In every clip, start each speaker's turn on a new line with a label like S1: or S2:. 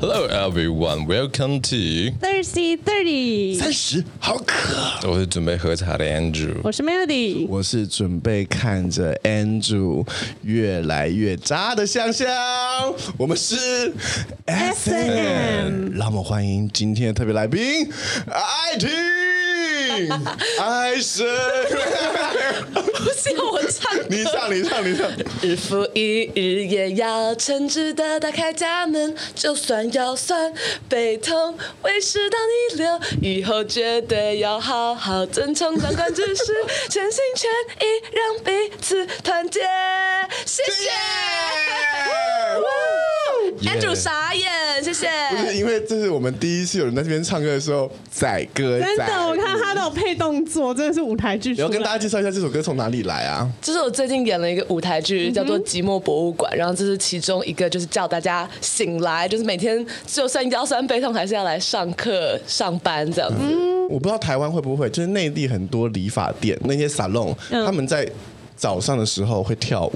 S1: Hello everyone, welcome to
S2: Thirsty Thirty，
S3: 三十，好渴。
S1: 我是准备喝茶的 Andrew。
S2: 我是 Melody。
S3: 我是准备看着 Andrew 越来越渣的香香，我们是
S2: S&M
S3: 让我们欢迎今天的特别来宾，爱婷，爱神，
S4: 不是要我唱歌。
S3: 你唱，你唱，你唱，
S4: 日复一日，也要诚挚的打开家门，就算腰酸背痛，胃食道逆流，以后绝对要好好遵从长官指示，全心全意让彼此团结。谢谢。
S1: Yeah
S4: Andrew 傻眼，谢谢。
S3: 不是因为这是我们第一次有人在这边唱歌的时候载歌载
S2: 真
S3: 舞，
S2: 的，我看他都有配动作，真的是舞台剧出
S3: 然后跟大家
S2: 来。
S3: 介绍一下这首歌从哪里来啊？
S4: 就是我最近演了一个舞台剧，叫做《寂寞博物馆》，然后这是其中一个，就是叫大家醒来，就是每天就算腰酸背痛，还是要来上课、上班这样子。嗯
S3: 我不知道台湾会不会，就是内地很多理发店那些 salon，、
S2: 嗯
S3: 他们在早上的时候会跳舞，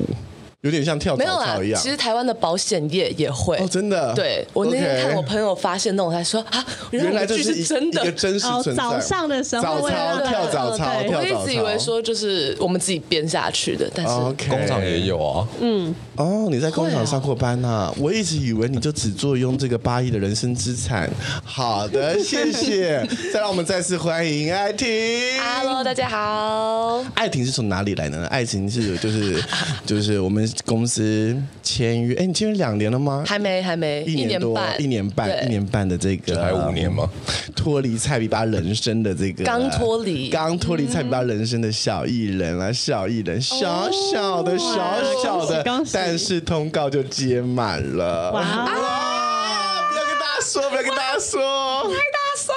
S3: 有点像跳
S4: 没有
S3: 早
S4: 啦
S3: 操一，样
S4: 其。实台湾的保险业也会。
S3: 哦，真的？
S4: 对，我那天
S3: OK
S4: 看我朋友发现那种，才说啊，
S3: 原来
S4: 这
S3: 这是一
S4: 是真的
S3: 一。个真实
S2: 哦
S3: 存在。
S2: 早上的时候
S3: 早
S2: 为了
S3: 操
S2: 让
S3: 跳
S2: 它
S3: 早操
S2: 对
S3: 跳
S4: 我
S3: 早操，哦
S4: 一直以为说就是我们自己编下去的，但是
S3: OK，
S1: 工厂也有啊，
S3: 哦，你在工厂上过班啊？我一直以为你就只坐拥这个八亿的人生资产。好的，谢 谢。再让我们再次欢迎艾婷。
S4: Hello，大家好。
S3: 爱情是从哪里来的呢？爱情是就是 就是我们公司签约，哎、你签约两年了吗？
S4: 还没，还没，
S3: 一年多，
S4: 半，
S3: 一年半，
S4: 对
S3: 一年半的这个，
S1: 还有五年吗？
S3: 脱离菜比巴人生的这个，
S4: 刚脱离
S3: 刚脱离菜比巴人生的小艺人啊，小艺
S4: 哦
S3: 人，小小的，小小的
S2: 恭喜恭喜，
S3: 但是通告就接满了，
S2: 哇
S3: 哇！不要跟大家说，不要跟大家说，
S4: 太大声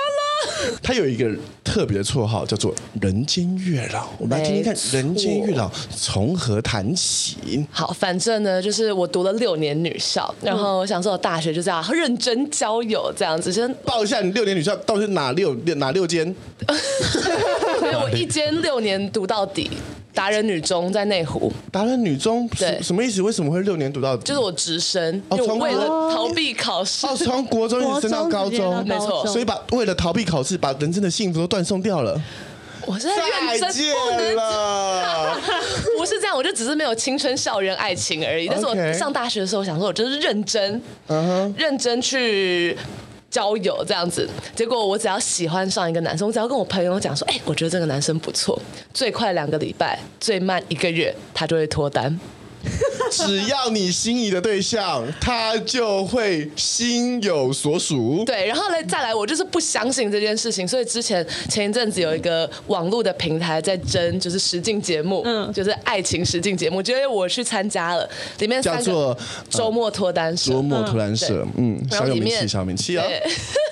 S4: 了。
S3: 他有一个特别的绰号叫做“人间月老”，我们来听听看
S4: 没
S3: “
S4: 错
S3: 人间月老”从何谈起。
S4: 好，反正呢，就是我读了六年女校，然后我想说，我大学就是要认真交友这样子，就是
S3: 报一下你六年女校到底是哪六哪六间？
S4: 因为我一间六年读到底，达人女中在内湖，
S3: 达人女中
S4: 对
S3: 什什么意思？为什么会六年读到底？
S4: 就是我直升，
S3: 哦
S4: 因为我
S3: 从
S4: 为了逃避考试，
S3: 哦，从国中一直升到高中
S2: 国直接，到高中
S4: 没错
S3: 所以把为了逃避考试，把人生的幸福都断送掉了。
S4: 我是在认
S3: 再
S4: 真，
S3: 见
S4: 不能
S3: 了，
S4: 不是这样，我就只是没有青春校园爱情而已。但是我
S3: OK 嗯
S4: 上大学的时候，我想说，我就是认真认真去。交友这样子，结果我只要喜欢上一个男生，我只要跟我朋友讲说，哎、我觉得这个男生不错，最快两个礼拜，最慢一个月，他就会 脱单。
S3: 只要你心仪的对象，他就会心有所属。
S4: 对，然后嘞，再来，我就是不相信这件事情，所以之前前一阵子有一个网络的平台在争，就是实境节目，
S2: 嗯
S4: 就是爱情实境节目，觉得我去参加了，里面
S3: 叫
S4: 三个
S3: 做呃
S4: 周末脱单社，
S3: 琢磨突然舍，嗯，
S4: 然
S3: 小
S4: 后
S3: 有
S4: 里
S3: 名
S4: 面
S3: 气，小有名气啊。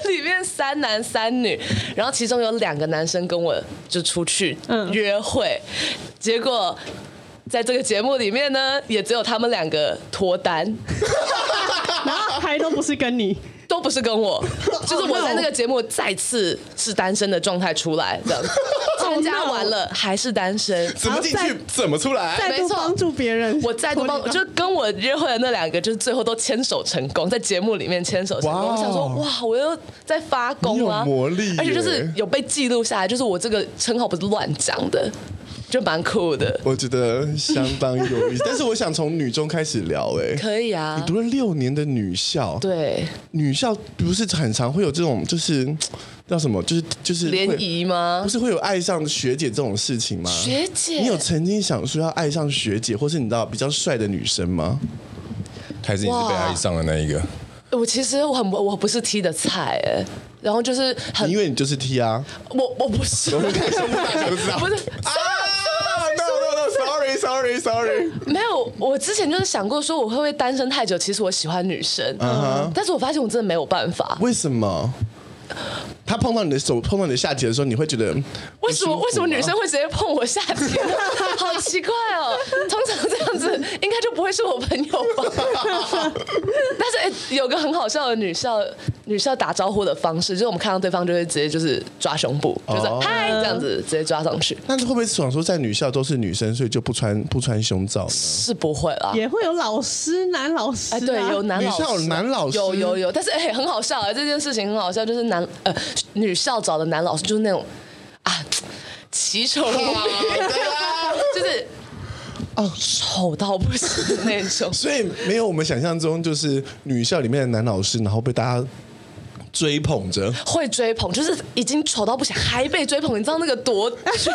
S4: 对 里面三男三女，然后其中有两个男生跟我就出去
S2: 嗯
S4: 约会，结果。在这个节目里面呢，也只有他们两个脱单，
S2: 然后还都不是跟你，
S4: 都不是跟我，就是我在那个节目再次是单身的状态出来，这样参加完了还是单身。
S3: 怎么进
S2: 然
S3: 去
S2: 后再？
S3: 怎么出来？
S2: 再
S4: 没
S2: 度
S4: 错
S2: 帮助别人。
S4: 我再多帮，
S2: 脱离
S4: 就跟我约会的那两个，就是最后都牵手成功，在节目里面牵手成功。
S3: 哇哦
S4: 我想说，哇，我又在发功啊，
S3: 你有魔力耶
S4: 而且就是有被记录下来，就是我这个称号不是乱讲的，就蛮酷的。
S3: 我觉得相当有 意思，但是我想从女中开始聊。哎，
S4: 可以啊
S3: 你，读了六年的女校，
S4: 对，
S3: 女校不是很常会有这种，就是叫什么，就是就是会
S4: 联谊吗
S3: 不？是会有爱上学姐这种事情吗？
S4: 学姐
S3: 你有曾经想说要爱上学姐，或是你知道比较帅的女生吗？
S1: 还是你是被爱上的那一个？
S4: 我其实我很我不是 T 的菜哎，然后就是很
S3: 因为你就是 T 啊，
S4: 我我不是，
S3: 我们看胸部大小就知道。
S4: 不是
S3: 啊，no no no，sorry sorry sorry，
S4: 没有，我之前就是想过说我会不会单身太久，其实我喜欢女生但是我发现我真的没有办法。
S3: 为什么？他碰到你的手，碰到你的下体的时候，你会觉得
S4: 为什么为什么女生会直接碰我下体呢？好奇怪哦！通常这样子应 该就不会是我朋友吧？但是、诶有个很好笑的女校女校打招呼的方式，就是我们看到对方就会直接就是抓胸部，就是
S3: 哦
S4: 嗨这样子直接抓上去，
S3: 那会不会想说在女校都是女生，所以就不穿不穿胸罩呢？
S4: 是不会啦。
S2: 也会有老师，男老师、啊，
S4: 哎，对，有男
S3: 女
S4: 老师，
S3: 校有男老师
S4: 有有有，但是哎、很好笑哎、这件事情很好笑，就是男呃女校找的男老师就是那种啊奇丑无比，
S3: 啊
S4: 就是哦丑到不行的那种
S3: 。所以没有我们想象中，就是女校里面的男老师，然后被大家追捧着。
S4: 会追捧，就是已经丑到不行，还被追捧，你知道那个多缺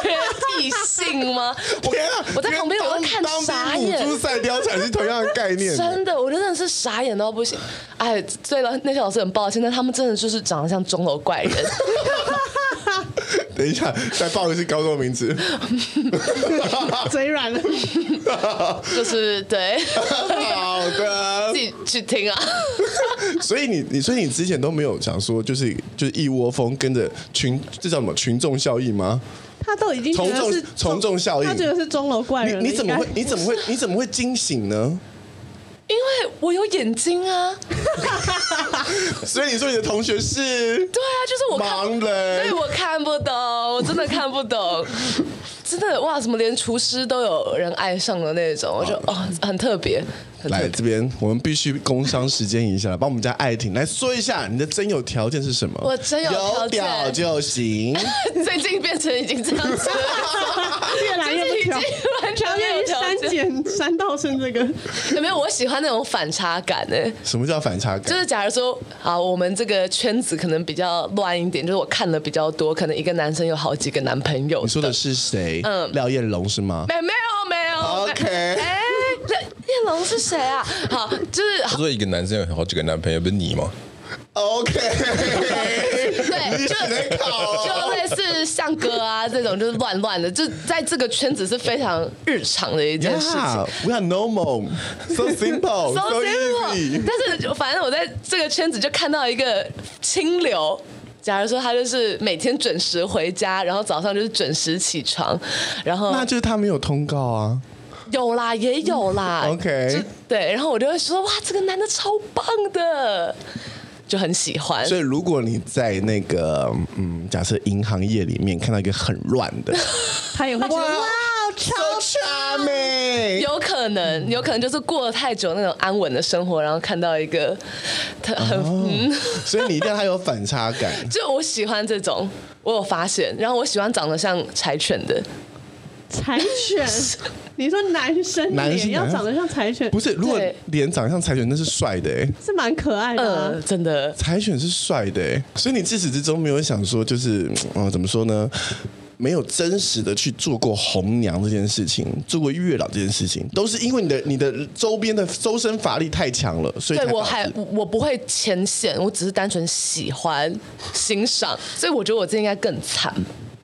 S4: 异性吗？我
S3: 天啊！
S4: 我在旁边
S3: 跟
S4: 我在看
S3: 当
S4: 傻
S3: 当兵母猪
S4: 眼，
S3: 赛貂蝉是同样的概念。
S4: 真的，我真的是傻眼到不行。哎，对了，那些老师很抱歉，但他们真的就是长得像钟楼怪人。
S3: 等一下，再报一次高中名字。
S2: 嘴软了。
S4: 就 是对，
S3: 好的
S4: 自。己去听啊。
S3: 所以你你所以你之前都没有想说，就是就是一窝蜂跟着群，这叫什么群众效应吗？
S2: 他都已经觉
S3: 从
S2: 得
S3: 众
S2: 是
S3: 从众效应
S2: 他觉得是钟楼怪
S3: 你
S2: 人了
S3: 你怎么会
S2: 应该，
S3: 你怎么会你怎么会惊醒呢？
S4: 因为我有眼睛啊，
S3: 所以你说你的同学是
S4: 对啊，就是我看，
S3: 盲
S4: 对
S3: 人，
S4: 我看不懂，我真的看不懂， 真的哇，怎么连厨师都有人爱上的那种，我就哦，很特别，很特
S3: 来
S4: 别。
S3: 这边我们必须工商时间一下，帮我们家爱婷来说一下你的真有条件是什么？
S4: 我真有条件
S3: 有屌就行。
S4: 最近变成已经这样子了
S2: 越 来越
S4: 就是已
S2: 不
S4: 经
S2: 挑
S4: 完全没
S2: 愿
S4: 有
S2: 意
S4: 条
S2: 删
S4: 件。
S2: 减删到剩这个，
S4: 有没有？我喜欢那种反差感呢、
S3: 什么叫反差感？
S4: 就是假如说，好，我们这个圈子可能比较乱一点，就是我看的比较多，可能一个男生有好几个男朋友。
S3: 你说的是谁？
S4: 嗯
S3: 廖彦龙是吗？
S4: 没没有没有
S3: OK
S4: 哎，那叶龙是谁啊？好，就是
S1: 他说一个男生有好几个男朋友，不是你吗？
S3: OK，
S4: 对，就
S3: 在考
S4: 就类似像哥啊这种，就是乱乱的，就在这个圈子是非常日常的一件事情。
S3: Yeah，we are normal, so simple,
S4: So
S3: so
S4: simple
S3: easy。
S4: 但是反正我在这个圈子就看到一个清流。假如说他就是每天准时回家，然后早上就是准时起床，然后
S3: 那就是他没有通告啊。
S4: 有啦也有啦、
S3: 嗯，OK
S4: 就对，然后我就会说哇，这个男的超棒的，就很喜欢。
S3: 所以如果你在那个嗯，假设银行业里面看到一个很乱的，
S2: 他也会觉得哇，
S3: 超 差妹，
S4: 啊 有可
S3: 嗯
S4: 能，有可能就是过了太久那种安稳的生活，然后看到一个他很、
S3: 哦
S4: 嗯，
S3: 所以你一定要有反差感。
S4: 就我喜欢这种，我有发现，然后我喜欢长得像柴犬的，
S2: 柴犬。你说男生
S3: 男
S2: 脸
S3: 生
S2: 要长得像柴犬，
S3: 不是，如果
S4: 对
S3: 脸长得像柴犬，那是帅的哎、
S2: 是蛮可爱的啊、
S4: 呃，真的
S3: 柴犬是帅的哎，所以你自始至终没有想说，就是嗯、呃怎么说呢？没有真实的去做过红娘这件事情，做过月老这件事情，都是因为你的你的周边的周身乏力太强了，所以才
S4: 对我
S3: 导致
S4: 还我我不会牵线，我只是单纯喜欢欣赏，所以我觉得我这应该更惨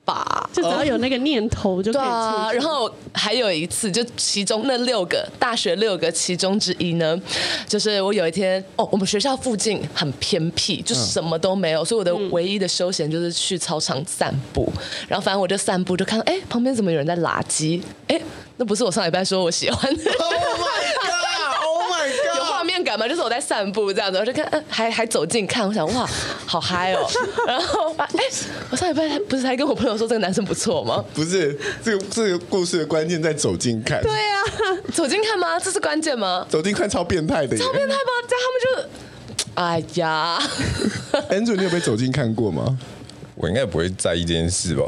S4: 吧。
S2: 就只要有那个念头就可
S4: 对
S2: 以出
S4: 啊，
S2: 去
S4: 然后还有一次，就其中那六个大学六个其中之一呢，就是我有一天哦，我们学校附近很偏僻，就什么都没有，所以我的
S2: 嗯
S4: 唯一的休闲就是去操场散步。然后反正我就散步，就看到哎旁边怎么有人在拉鸡，哎那不是我上礼拜说我喜欢的。
S3: Oh my god! Oh my
S4: 有画
S3: god!
S4: 面感嘛，就是我在散步这样子，我就看，嗯还还走近看，我想哇，好嗨哦。然后发哎、我上礼拜不是才跟我朋友说这个男生不错吗？
S3: 不是这个这个故事的关键在走近看，
S2: 对 啊，
S4: 走近看吗？这是关键吗？
S3: 走近看超变态的耶。
S4: 超变态吧？这样他们就，哎 呀，
S3: Andrew，你有被走近看过吗？
S1: 我应该不会在意这件事吧？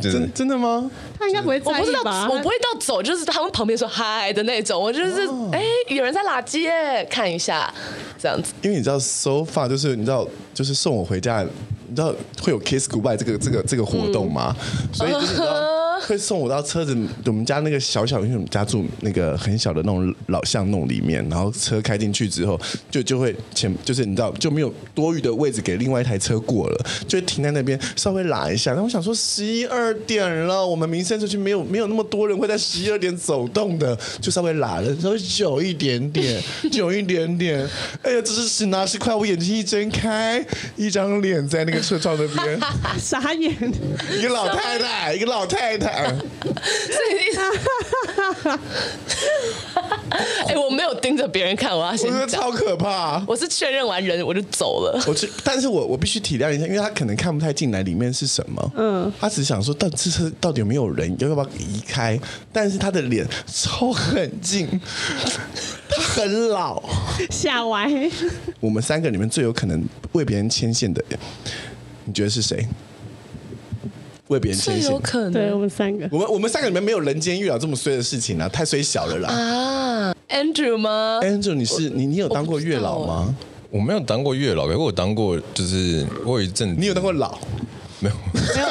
S1: 就是
S3: 真真的吗？
S2: 他应该不会
S4: 我
S2: 在
S4: 不
S2: 意
S4: 知道，
S2: 吧？
S4: 我不会到走，就是他们旁边说嗨的那种，我就是
S3: 哦
S4: 哎、有人在拉鸡耶，看一下这样子。
S3: 因为你知道，so far 就是你知道，就是送我回家，你知道会有 kiss goodbye 这个这个这个活动吗？所以就是你知道会送我到车子，我们家那个小小，因为我们家住那个很小的那种老巷弄里面，然后车开进去之后，就就会前就是你知道就没有多余的位置给另外一台车过了，就会停在那边稍微拉一下。然后我想说十一二点了，我们民生社区没有没有那么多人会在十一二点走动的，就稍微拉了稍微久一点点，久一点点。哎呀，这是十拿十快，我眼睛一睁开，一张脸在那个车窗那边，
S2: 傻眼，
S3: 一个老太太，一个老太太。
S4: 所以哎、我没有盯着别人看，我要
S3: 我
S4: 先
S3: 觉得
S4: 讲。
S3: 超可怕。
S4: 我是确认完人我就走了。
S3: 我去，但是我我必须体谅一下，因为他可能看不太进来里面是什么。嗯，他只想说，到这车到底有没有人，要不要移开？但是他的脸超很近， 他很老。
S2: 吓歪。
S3: 我们三个里面最有可能为别人牵线的，你觉得是谁？为别人
S4: 这
S3: 牵线
S4: 有。可
S2: 对我
S4: 能
S2: 们三个，
S3: 我们我们三个里面没有人间月老这么衰的事情啊，太衰小了啦。
S4: 啊，Andrew 吗？
S3: Angel，你是你你有当过月老吗？
S4: 哦
S1: 我没有当过月老，可是我当过，就是我有一阵子，
S3: 你有当过老？
S4: 哦
S1: 没有？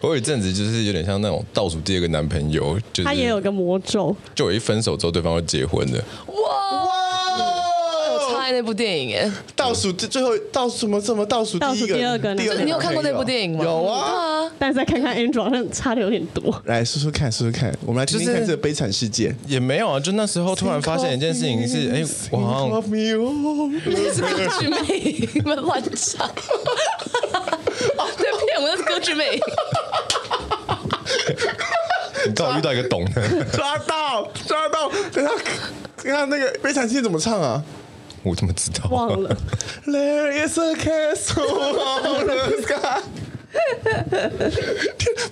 S1: 我有一阵子就是有点像那种倒数第二个男朋友，就是
S2: 他也有个魔 咒，
S1: 就一分手之后对方就结婚的，
S4: 哇，我超爱那部电影哎，
S3: 倒数最最后倒数什么什么倒数第一个
S2: 倒数第二个呢
S4: 你有看过那部电影吗？
S3: 有啊。
S4: 嗯对啊，
S2: 但是再看看 Andrew 好像差的有点 多。
S3: 来说说看，说说看，我们来听听看
S1: 就是
S3: 这个悲惨世界。
S1: 也没有啊。就那时候突然发现一件事情
S2: 嗯
S1: 是，哎、我好像
S3: Love me, oh
S4: 这是歌剧魅影，你们乱唱。对，骗我那是歌剧魅影。
S1: 你刚好遇到一个懂的，
S3: 抓到抓到，等一下等一下那个悲惨世界怎么唱啊
S1: 我怎么知道？
S2: 忘了，
S3: ？There is a castle on the sky 天。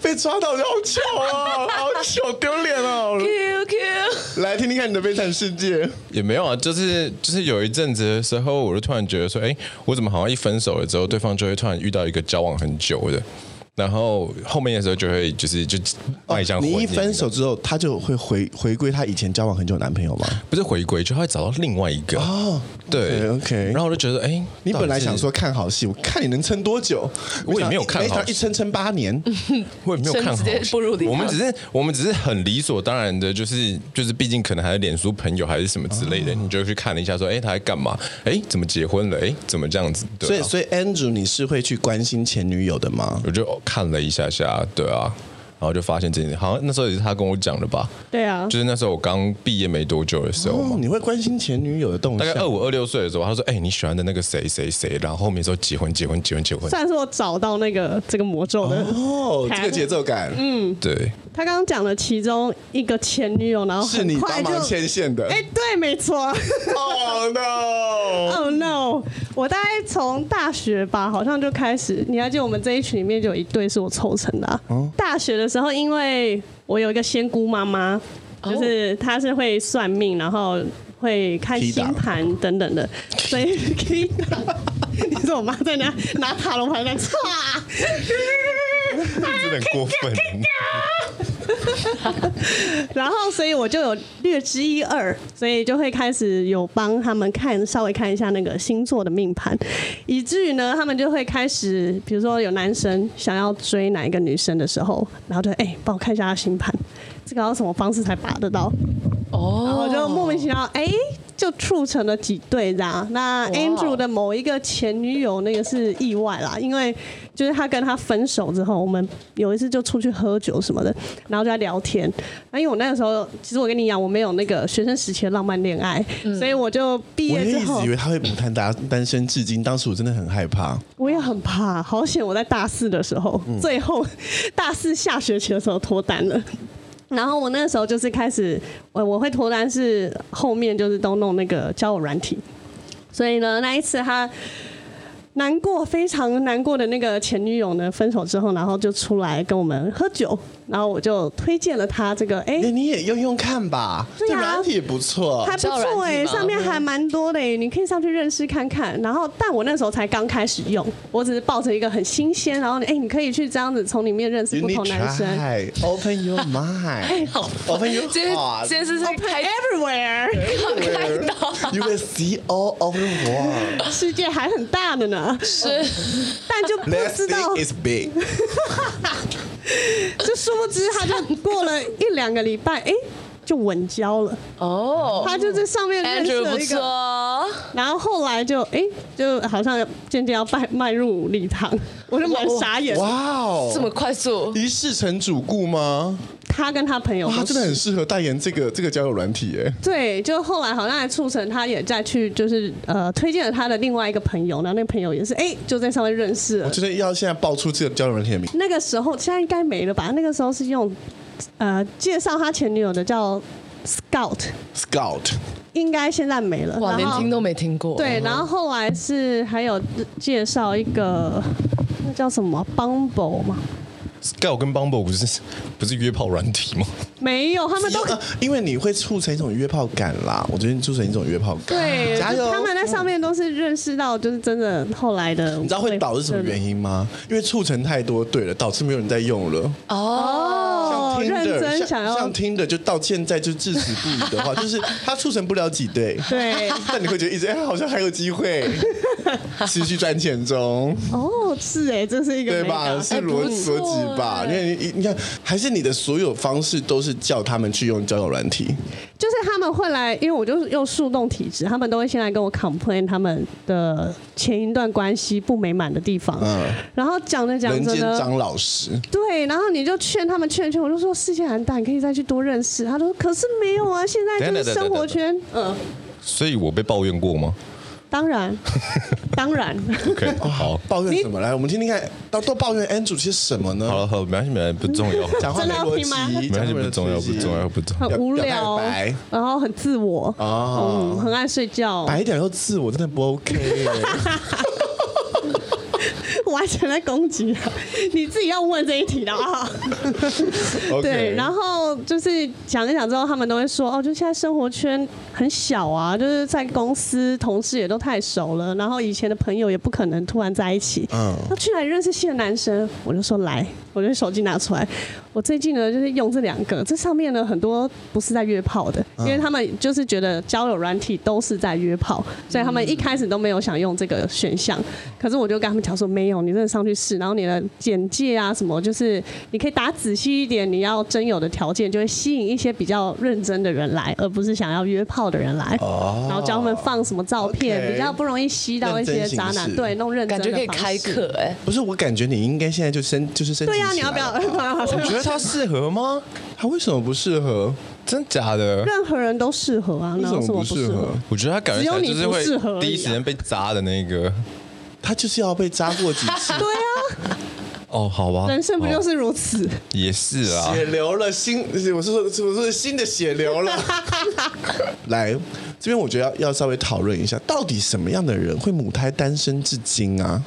S3: 被抓到我就好糗啊，好糗，丢脸哦！
S4: Q Q，
S3: 来听听看你的悲惨世界。
S1: 也没有啊，就是就是有一阵子的时候，我就突然觉得说，哎、我怎么好像一分手了之后，对方就会突然遇到一个交往很久的，然后后面的时候就会就是就哦迈向婚
S3: 哦你
S1: 姻、
S3: 一分手之后，他就会回回归他以前交往很久的男朋友吗？
S1: 不是回归，就他会找到另外一个
S3: 哦
S1: 对
S3: OK，OK
S1: 然后我就觉得，哎、
S3: 你本来
S1: 到底是
S3: 想说看好戏，我看你能撑多久？
S1: 我也没有看好戏
S3: 没
S1: 啊
S3: 想到一撑撑八 年。
S1: 我也没有看好
S4: 直接步入礼堂
S1: 我们只是我们只是很理所当然的，就是就是，毕竟可能还是脸书朋友还是什么之类的，你就去看了一下，说，哎、他在干嘛？哎、怎么结婚了？哎、怎么这样子？
S3: 所
S1: 对、
S3: 以，
S1: 啊，
S3: 所以 Andrew，你是会去关心前女友的吗？
S1: 我就看了一下下，对啊，然后就发现这件事，好像那时候也是他跟我讲的吧，
S2: 对啊，
S1: 就是那时候我刚毕业没多久的时候嘛。
S3: 哦，你会关心前女友的动
S1: 大
S3: 向？
S1: 概二五二六岁的时候，他说：“哎、你喜欢的那个谁谁谁，然后后面说结婚结婚结婚结婚。
S2: 算是我找到那个这个魔咒的。
S3: 哦，这个节奏感，嗯，”
S1: 对，
S2: 他刚刚讲了其中一个前女友，然后
S3: 是
S2: 很
S3: 你
S2: 快
S3: 帮
S2: 就
S3: 忙牵线的。
S2: 哎、对，没错。
S3: 哦 no！
S2: Oh no！我大概从大学吧，好像就开始。你还记得我们这一群里面就有一对是我凑成的、啊。大学的时候，因为我有一个仙姑妈妈，就是她是会算命，然后会看星盘等等的，所以 你说我妈在拿拿塔罗牌在 唰，
S1: 真的很过分。
S2: 然后所以我就有略知一二，所以就会开始有帮他们看稍微看一下那个星座的命盘，以至于呢，他们就会开始，比如说有男生想要追哪一个女生的时候，然后就哎帮、我看一下他星盘，这个要什么方式才把得到，然后
S4: 哦
S2: 就莫名其妙哎。就促成了几对这样。那 Andrew 的某一个前女友，那个是意外啦，因为就是他跟他分手之后，我们有一次就出去喝酒什么的，然后就在聊天。那因为我那个时候，其实我跟你讲，我没有那个学生时期的浪漫恋爱，所以我就毕
S3: 嗯我
S2: 业
S3: 也
S2: 之
S3: 一
S2: 后
S3: 直以，为他会母谈达单身至今，当时我真的很害怕。
S2: 我也很怕。好险，我在大四的时候，最后大四下学期的时候脱单了。然后我那个时候就是开始，我我会脱单是后面就是都弄那个交友软体，所以呢那一次他难过非常难过的那个前女友呢分手之后，然后就出来跟我们喝酒，然后我就推荐了他这个哎。
S3: 那你也用用看吧，
S2: 对
S3: 这
S2: 啊
S3: 软体也不错
S2: 还。不
S4: 交友
S2: 错
S4: 哦软
S2: 哎、
S4: 体吗
S2: 上面还蛮多的哎、你可以上去认识看看。然后，但我那时候才刚开始用，我只是抱着一个很新鲜，然后哎、你可以去这样子从里面认识
S3: You
S2: 不
S3: need
S2: 同男生。
S3: try, open your mind,
S4: 好烦
S3: open your
S4: 今天
S3: heart.
S4: 今天是在开
S2: Everywhere，
S4: 开刀，
S3: You will see all of the world.
S2: 世界还很大的呢，
S4: 是
S2: 但就不
S3: Let's
S2: 知道
S3: think，is big.
S2: 就殊不知他就过了一两个礼拜，哎、就稳交了。
S4: 哦
S2: 他就在上面认识
S4: ，Andrew
S2: 了
S4: 不
S2: 一
S4: 错
S2: 个，
S4: 哦。
S2: 然后后来就哎、就好像渐渐要迈迈入礼堂，我就蛮傻眼的。
S3: 哇哦，
S4: 这么快速，
S3: 一世成主顾吗？
S2: 他跟他朋友
S3: 哇，
S2: 都
S3: 真的
S2: 哦是
S3: 很适合代言这个这个交友软体耶。
S2: 对，就后来好像还促成他也再去，就是呃，推荐了他的另外一个朋友，然后那个朋友也是哎、就在上面认识了
S3: 我。觉得要现在爆出这个交友软体的名，
S2: 那个时候现在应该没了吧？那个时候是用呃介绍他前女友的叫 Scout，
S3: Scout
S2: 应该现在没了。
S4: 哇，
S2: 然
S4: 连
S2: 后
S4: 听都没听过。
S3: 嗯
S2: 对，然后后来是还有介绍一个那叫什么啊 Bumble 吗？
S1: Scout 跟 Bumble 不是不是约炮软体吗？
S2: 没有，他们都
S3: 呃因为你会促成一种约炮感啦。我觉得你促成一种约炮感，
S2: 对，
S3: 加油
S2: 他们在上面都是认识到，就是真的后来的，
S3: 你知道会导致什么原因吗？因为促成太多对了，导致没有人在用了。
S4: 哦，
S2: 哦？
S3: 听
S2: 认
S3: 的，
S2: 真
S3: 像
S2: 想要
S3: 像听的，就到现在就至死不渝的话，就是它促成不了几对。
S2: 对
S3: 但你会觉得一直哎，好像还有机 会，持续赚钱中，
S2: 哦，是哎，这是一个
S3: 对
S2: mega
S3: 吧？是
S4: 哎
S3: 逻
S4: 不
S3: 逻
S4: 错
S3: 辑吧？因
S4: 哎
S3: 为你你看，还是你的所有方式都是叫他们去用交友软体，
S2: 就是他们会来，因为我就是用树洞体质，他们都会先来跟我 complain 他们的前一段关系不美满的地方，
S3: 嗯，
S2: 然后讲着讲
S3: 人
S2: 着
S3: 间
S2: 呢，
S3: 张老师，
S2: 对，然后你就劝他们劝劝，我就说世界很大，你可以再去多认识。他说可是没有啊，现在就是生活圈，嗯，
S1: 所以我被抱怨过吗
S2: 当然，当然，
S1: ？OK，好，
S3: 抱怨什么？来，我们听听看，都都抱怨 Andrew 些什么
S1: 好
S3: 呢？
S1: 了好了，没关系，没关系，不重 要，
S3: 讲话
S2: 真
S3: 没
S2: 的要
S3: 逻
S2: 听吗
S3: 辑，
S1: 没关系，
S3: 讲话
S1: 不重要，
S3: 逻辑
S1: 不重要，不重要。
S2: 很无
S3: 表
S2: 聊
S3: 表太白，
S2: 然后很自我，
S3: 哦
S2: 嗯，很爱睡觉，
S3: 白一点又自我，真的不 OK 耶。
S2: 完全在攻击他。你自己要问这一题的啊。
S3: OK
S2: 对，然后就是讲一讲之后，他们都会说哦，就现在生活圈很小啊，就是在公司同事也都太熟了，然后以前的朋友也不可能突然在一起。
S3: 嗯
S2: 嗯，那去哪里认识新的男生？我就说来，我就手机拿出来。我最近呢就是用这两个，这上面呢很多不是在约炮的，
S4: 嗯
S2: 因为他们就是觉得交友软体都是在约炮，所以他们一开始都没有想用这个选项。可是我就跟他们讲说，没有，你真的上去试，然后你的简介啊什么，就是你可以打仔细一点，你要真有的条件，就会吸引一些比较认真的人来，而不是想要约炮的人来。
S4: 哦
S2: 然后教他们放什么照片
S3: OK
S2: 比较不容易吸到一些渣
S3: 认真形
S2: 男，
S3: 式
S2: 对，弄认真的
S4: 感觉可以
S2: 方
S4: 开
S2: 式。
S4: 课哎，
S3: 不是，我感觉你应该现在就升，就是升。
S2: 对呀、啊你要不要？
S1: 你觉得他适合吗？
S3: 他为什么不适合？
S1: 真假的？
S2: 任何人都适合啊，
S3: 为
S2: 那
S3: 什
S2: 有
S3: 么
S2: 什
S3: 不
S2: 么不
S3: 适
S2: 适
S3: 合
S2: 合？？
S1: 我觉得他感觉起来就是
S2: 只有你不适合而已
S1: 会
S2: 啊
S1: 第一时间被扎的那个。
S3: 他就是要被扎过几次，
S2: 对啊，
S1: 哦，好吧，
S2: 人生不就
S1: 哦
S2: 是如此？
S1: 也是啊？
S3: 血流了，新我是说，我是新的血流了。来，这边我觉得要要稍微讨论一下，到底什么样的人会母胎单身至今啊？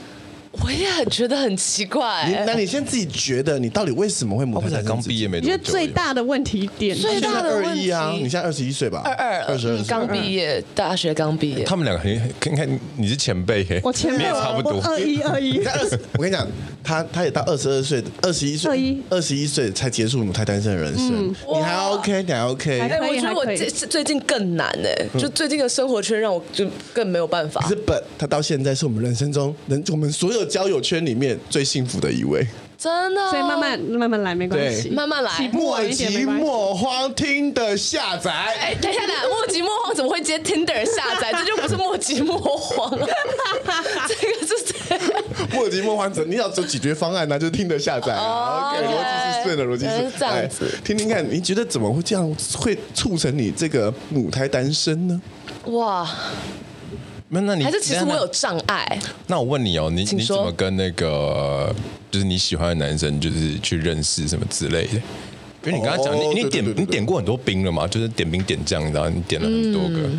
S4: 我也很觉得很奇怪
S3: 你那
S4: 欸。
S3: 你先自己觉觉得，你到底为什么会母
S1: 他不
S3: 胎
S1: 才
S3: 单
S1: 刚
S3: 身至
S1: 毕
S3: 今？
S1: 业 没
S2: 你
S1: 多
S2: 觉
S1: 久，
S2: 得最大的问题点
S4: 所以
S3: 现在
S4: 大的
S3: 二
S4: 问
S3: 一啊，
S4: 题
S3: 你现在二十一岁吧？
S4: 二二
S3: 二十二岁，
S4: 刚毕业，大学刚毕业，
S1: 他们两个很应该你是前辈嘿，
S2: 我前
S1: 你
S2: 面
S1: 也
S2: 有
S1: 差不
S2: 我
S1: 多。
S2: 二一二一
S3: 你，看二十，我跟你讲，他他也到二十二岁，二十一岁
S2: 21，
S3: 二十一岁才结束母胎单身的人生。你还 OK，你还 OK，
S2: 还
S4: 哎，我觉得我
S2: 可以还可
S4: 这
S2: 以
S4: 最近更难哎，就最近的生活圈让我就更没有办法
S3: 可嗯是。本他到现在是我们人生中人我们所有交友圈里面最幸福的一位，
S4: 真的哦，
S2: 所以慢慢慢慢来没关系
S3: 对。
S4: 慢慢来。
S2: 起步
S3: 莫
S2: 晚一点
S3: 急
S2: 没关系
S3: 莫慌，听的下
S4: 哎
S3: 载。，
S4: 等一下，等一下，莫吉莫慌怎么会接 Tinder 下载？这就不是莫吉莫慌 了，这个是谁？
S3: 莫急莫慌，你要走解决方案呢、就是听的下载、啊。
S4: 哦
S3: OK，
S4: 原
S3: 逻辑
S4: 来
S3: 是顺的，逻辑
S4: 原来
S3: 是
S4: 是这样子
S3: 哎听听看，你觉得怎么会这样会促成你这个母胎单身呢？
S4: 哇，
S1: 那那你
S4: 还是其实我有障碍？
S1: 那我问你哦，你
S4: 请
S1: 你怎
S4: 说
S1: 么跟那个就是你喜欢的男生就是去认识什么之类的？因为你刚刚讲，
S3: 哦对
S1: 你你
S3: 对对
S1: 点
S3: 对
S1: 你点过很多兵了嘛，就是点兵点将，然后你点了很多个，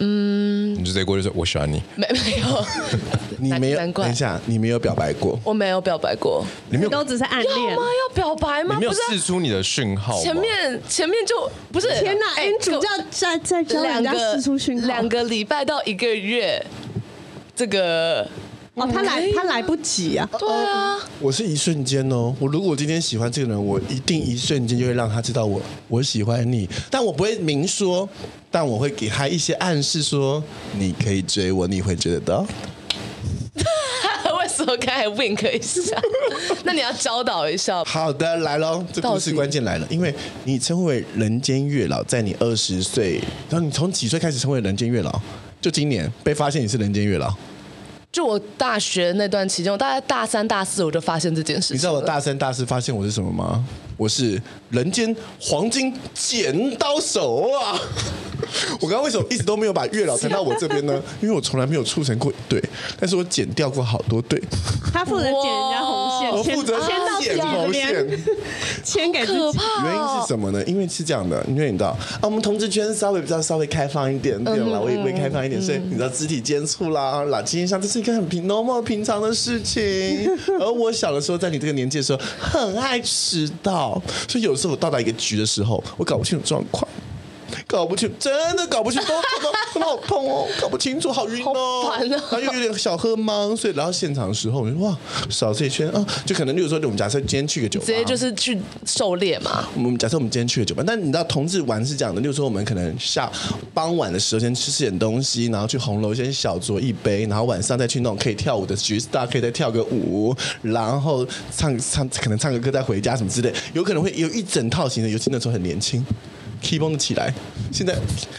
S1: 嗯，你就直接过去说我喜欢你，
S4: 没没有，
S3: 你没有，
S4: 难怪
S3: 等一下，你没有表白过。
S4: 我没有表白过。
S1: 你没有
S2: 都只是暗恋
S4: 要吗？要表白
S1: 你
S4: 吗？
S1: 没有
S4: 不是啊
S1: 试出你的讯号吗，
S4: 前面前面就不是。
S2: 天哪
S4: 哎
S2: ，N 主
S4: 各位
S2: 教在在教人
S4: 两
S2: 家
S4: 个
S2: 四处讯号，
S4: 两个礼拜到一个月，这个
S2: 哦，他
S4: 哎
S2: 来他来不及啊，
S4: 对啊，
S3: 我是一瞬间哦，我如果今天喜欢这个人，我一定一瞬间就会让他知道我我喜欢你，但我不会明说，但我会给他一些暗示说，你可以追我，你会追得哦到。
S4: 为什么刚才 wink 一 下？那你要教导一下。
S3: 好的，来喽，这故事
S4: 到底
S3: 关键来了，因为你成为人间月老，在你二十岁，然后你从几岁开始成为人间月老？就今年被发现你是人间月老，
S4: 就我大学那段期间，我大概大三大四我就发现这件事情了。
S3: 你知道我大三大四发现我是什么吗？我是人间黄金剪刀手啊！ 我刚刚为什么一直都没有把月老谈到我这边呢？因为我从来没有促成过一对，但是我剪掉过好多对，
S2: 他负责剪人家红线，
S3: 我
S4: 哦
S2: 牵
S3: 负责
S2: 哦牵到
S3: 点头线。
S2: 签给自
S4: 可
S2: 己。
S4: 怕
S3: 原因是
S4: 哦！
S3: 什么呢？因为是这样的，因为你知道啊，我们同志圈稍微比较稍微开放一点
S4: 嗯
S3: 点啦，我也会开放一点，所以你知道肢体接触啦、拉近上，这是一个很平 normal 平常的事 情。而我小的时候，在你这个年纪的时候，很爱迟到，所以有时候我到达一个局的时候，我搞不清楚状况。搞不清，真的搞不清，都都都好痛哦，搞不清楚，好晕哦，
S4: 好烦哦
S3: 然后又有点小喝懵，所以来到现场的时候，我就哇，扫这一圈啊，就可能，例如说，我们假设今天去个酒吧，
S4: 直接就是去狩猎嘛，
S3: 我们假设我们今天去了酒吧，但你知道同志玩是这样的，例如说我们可能下傍晚的时候先吃吃点东西，然后去红楼先小酌一杯，然后晚上再去那种可以跳舞的局 star，可以再跳个舞，然后唱唱可能唱个歌再回家什么之类，有可能会有一整套行程，尤其那时候很年轻。keep on 起来，现在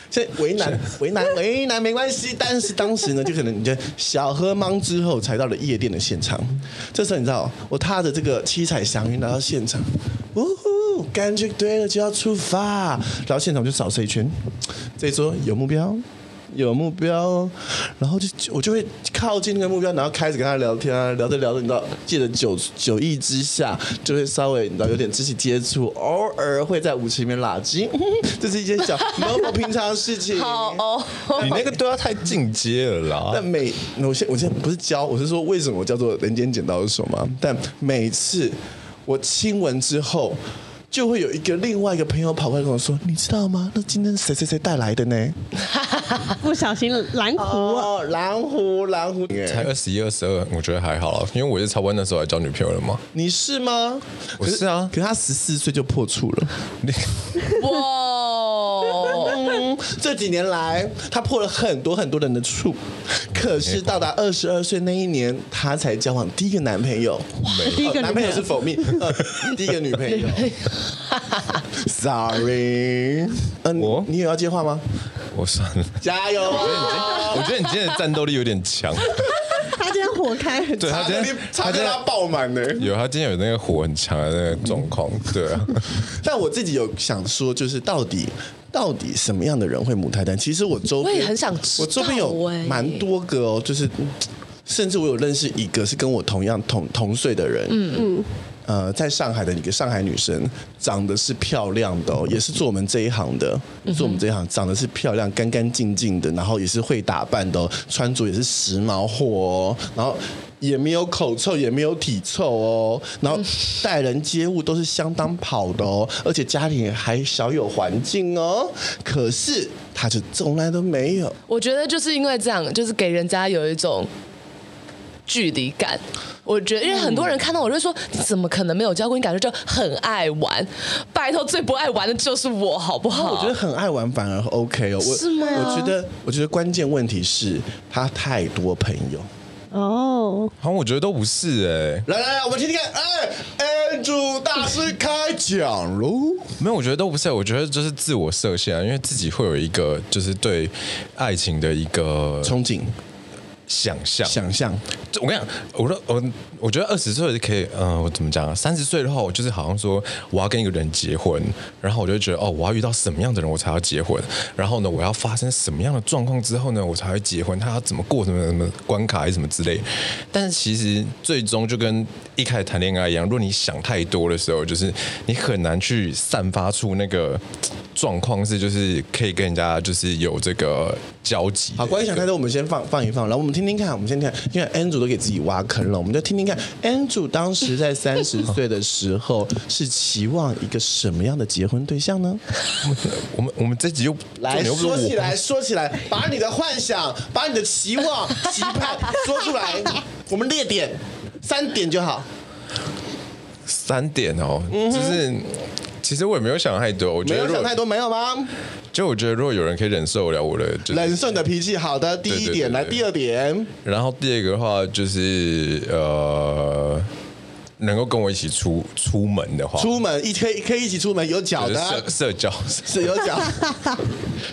S3: 现在为难为难 为难没关系，但是当时呢，就可能你就小喝懵之后，才到了夜店的现场。这时候你知道，我踏着这个七彩祥云来到现场，呜呼，感觉对了就要出发，然后现场就扫射一圈，这一桌有目标。有目标哦，然后就我就会靠近那个目标，然后开始跟他聊天啊，聊着聊着，你知道，借着酒酒意之下，就会稍微你知道有点肢体接触，偶尔会在舞池里面拉筋， 这是一件小某某平常的事情。
S4: 好哦，
S1: 你那个对他太进阶了
S3: 但
S1: 啦。
S3: 每我现我现在不是教，我是说为什么我叫做人间剪刀手嘛？但每次我亲吻之后，就会有一个另外一个朋友跑过来跟我说：“你知道吗？那今天谁谁谁带来的呢
S2: 不小心蓝？”湖啊，
S3: 哦，蓝狐，蓝狐，
S1: 才二十一、二十二，我觉得还好啦，因为我是差不多那时候还交女朋友了嘛。
S3: 你是吗？
S1: 我是啊
S3: 可是他十四岁就破处了。
S4: 哇，
S3: 嗯，这几年来他破了很多很多人的处，可是到达二十二岁那一年，他才交往第一个男朋友。
S2: 第一
S3: 呃
S2: 个女
S3: 男
S2: 朋
S3: 朋
S2: 友
S3: 友是否命？呃，第一个女朋 友。Sorry，嗯、
S1: 我
S3: 你有要接话吗？
S1: 我算了，
S3: 加油啊！
S1: 我觉得你今天的战斗力有点强。
S2: 他今天火开很
S1: 对他今天，
S3: 差
S1: 他
S3: 点
S1: 今
S3: 他
S1: 天
S3: 爆满呢、
S1: 有他今天有那个火很强的那个状况，对啊。
S3: 但我自己有想说，就是到底到底什么样的人会母胎单？其实我周边
S4: 我也很想知道
S3: 我周边有
S4: 欸
S3: 蛮多个哦，就是甚至我有认识一个是跟我同样同同岁的人，嗯嗯。呃，在上海的一个上海女生，长得是漂亮的、哦，也是做我们这一行的，做我们这一行，长得是漂亮、干干净净的，然后也是会打扮的、哦，穿着也是时髦货哦，然后也没有口臭，也没有体臭哦，然后待人接物都是相当跑的哦，而且家里还小有环境哦，可是她就从来都没有。
S4: 我觉得就是因为这样，就是给人家有一种。距离感，我觉得，因为很多人看到我就说，你怎么可能没有交过？你感觉就很爱玩，拜托，最不爱玩的就是我，好不好？
S3: 我 觉得很爱玩反而 OK 哦，我
S4: 是吗
S3: 我觉得，我觉得关键问题是他太多朋友。
S2: 哦，
S1: 好像我觉得都不是哎、
S3: 来来来，我们听听看，哎，Andrew 大师开讲喽。
S1: 没有，我觉得都不是欸。我觉得就是自我设限啊，因为自己会有一个就是对爱情的一个
S3: 憧憬、
S1: 想象。
S3: 想象，
S1: 就我跟你讲，我说我我觉得二十岁可以，嗯、我怎么讲啊？三十岁的话，我就是好像说我要跟一个人结婚，然后我就会觉得哦，我要遇到什么样的人我才要结婚，然后呢，我要发生什么样的状况之后呢，我才会结婚，他要怎么过什么什么关卡还是什么之类。但是其实最终就跟一开始谈恋爱一样，如果你想太多的时候，就是你很难去散发出那个。状况是，就是可以跟人家就是有这个交集的。
S3: 好，关于想太多，我们先放放一放，然后我们听听看，我们先听看，因为 Andrew 都给自己挖坑了，我们就听听看，Andrew 当时在三十岁的时候是期望一个什么样的结婚对象呢？
S1: 我们我们这集又
S3: 来
S1: 重点又不是
S3: 说起
S1: 我
S3: 来，说起来，把你的幻想，把你的期望、期盼说出来， 我们列点三点就好。
S1: 三点哦，就是其实我也没有想太多，我觉
S3: 没
S1: 得
S3: 有
S1: 如
S3: 想
S1: 果
S3: 太多，没有吗？
S1: 就我觉得如果有人可以忍受得了我的，就是
S3: 忍受你的脾气，好的，第一
S1: 对对
S3: 点，
S1: 对
S3: 来
S1: 对
S3: 第二点，
S1: 然后第二个的话就是呃，能够跟我一起出出门的话，
S3: 出门一可以可以一起出门，有脚
S1: 就是
S3: 的
S1: 社，社交
S3: 是有脚。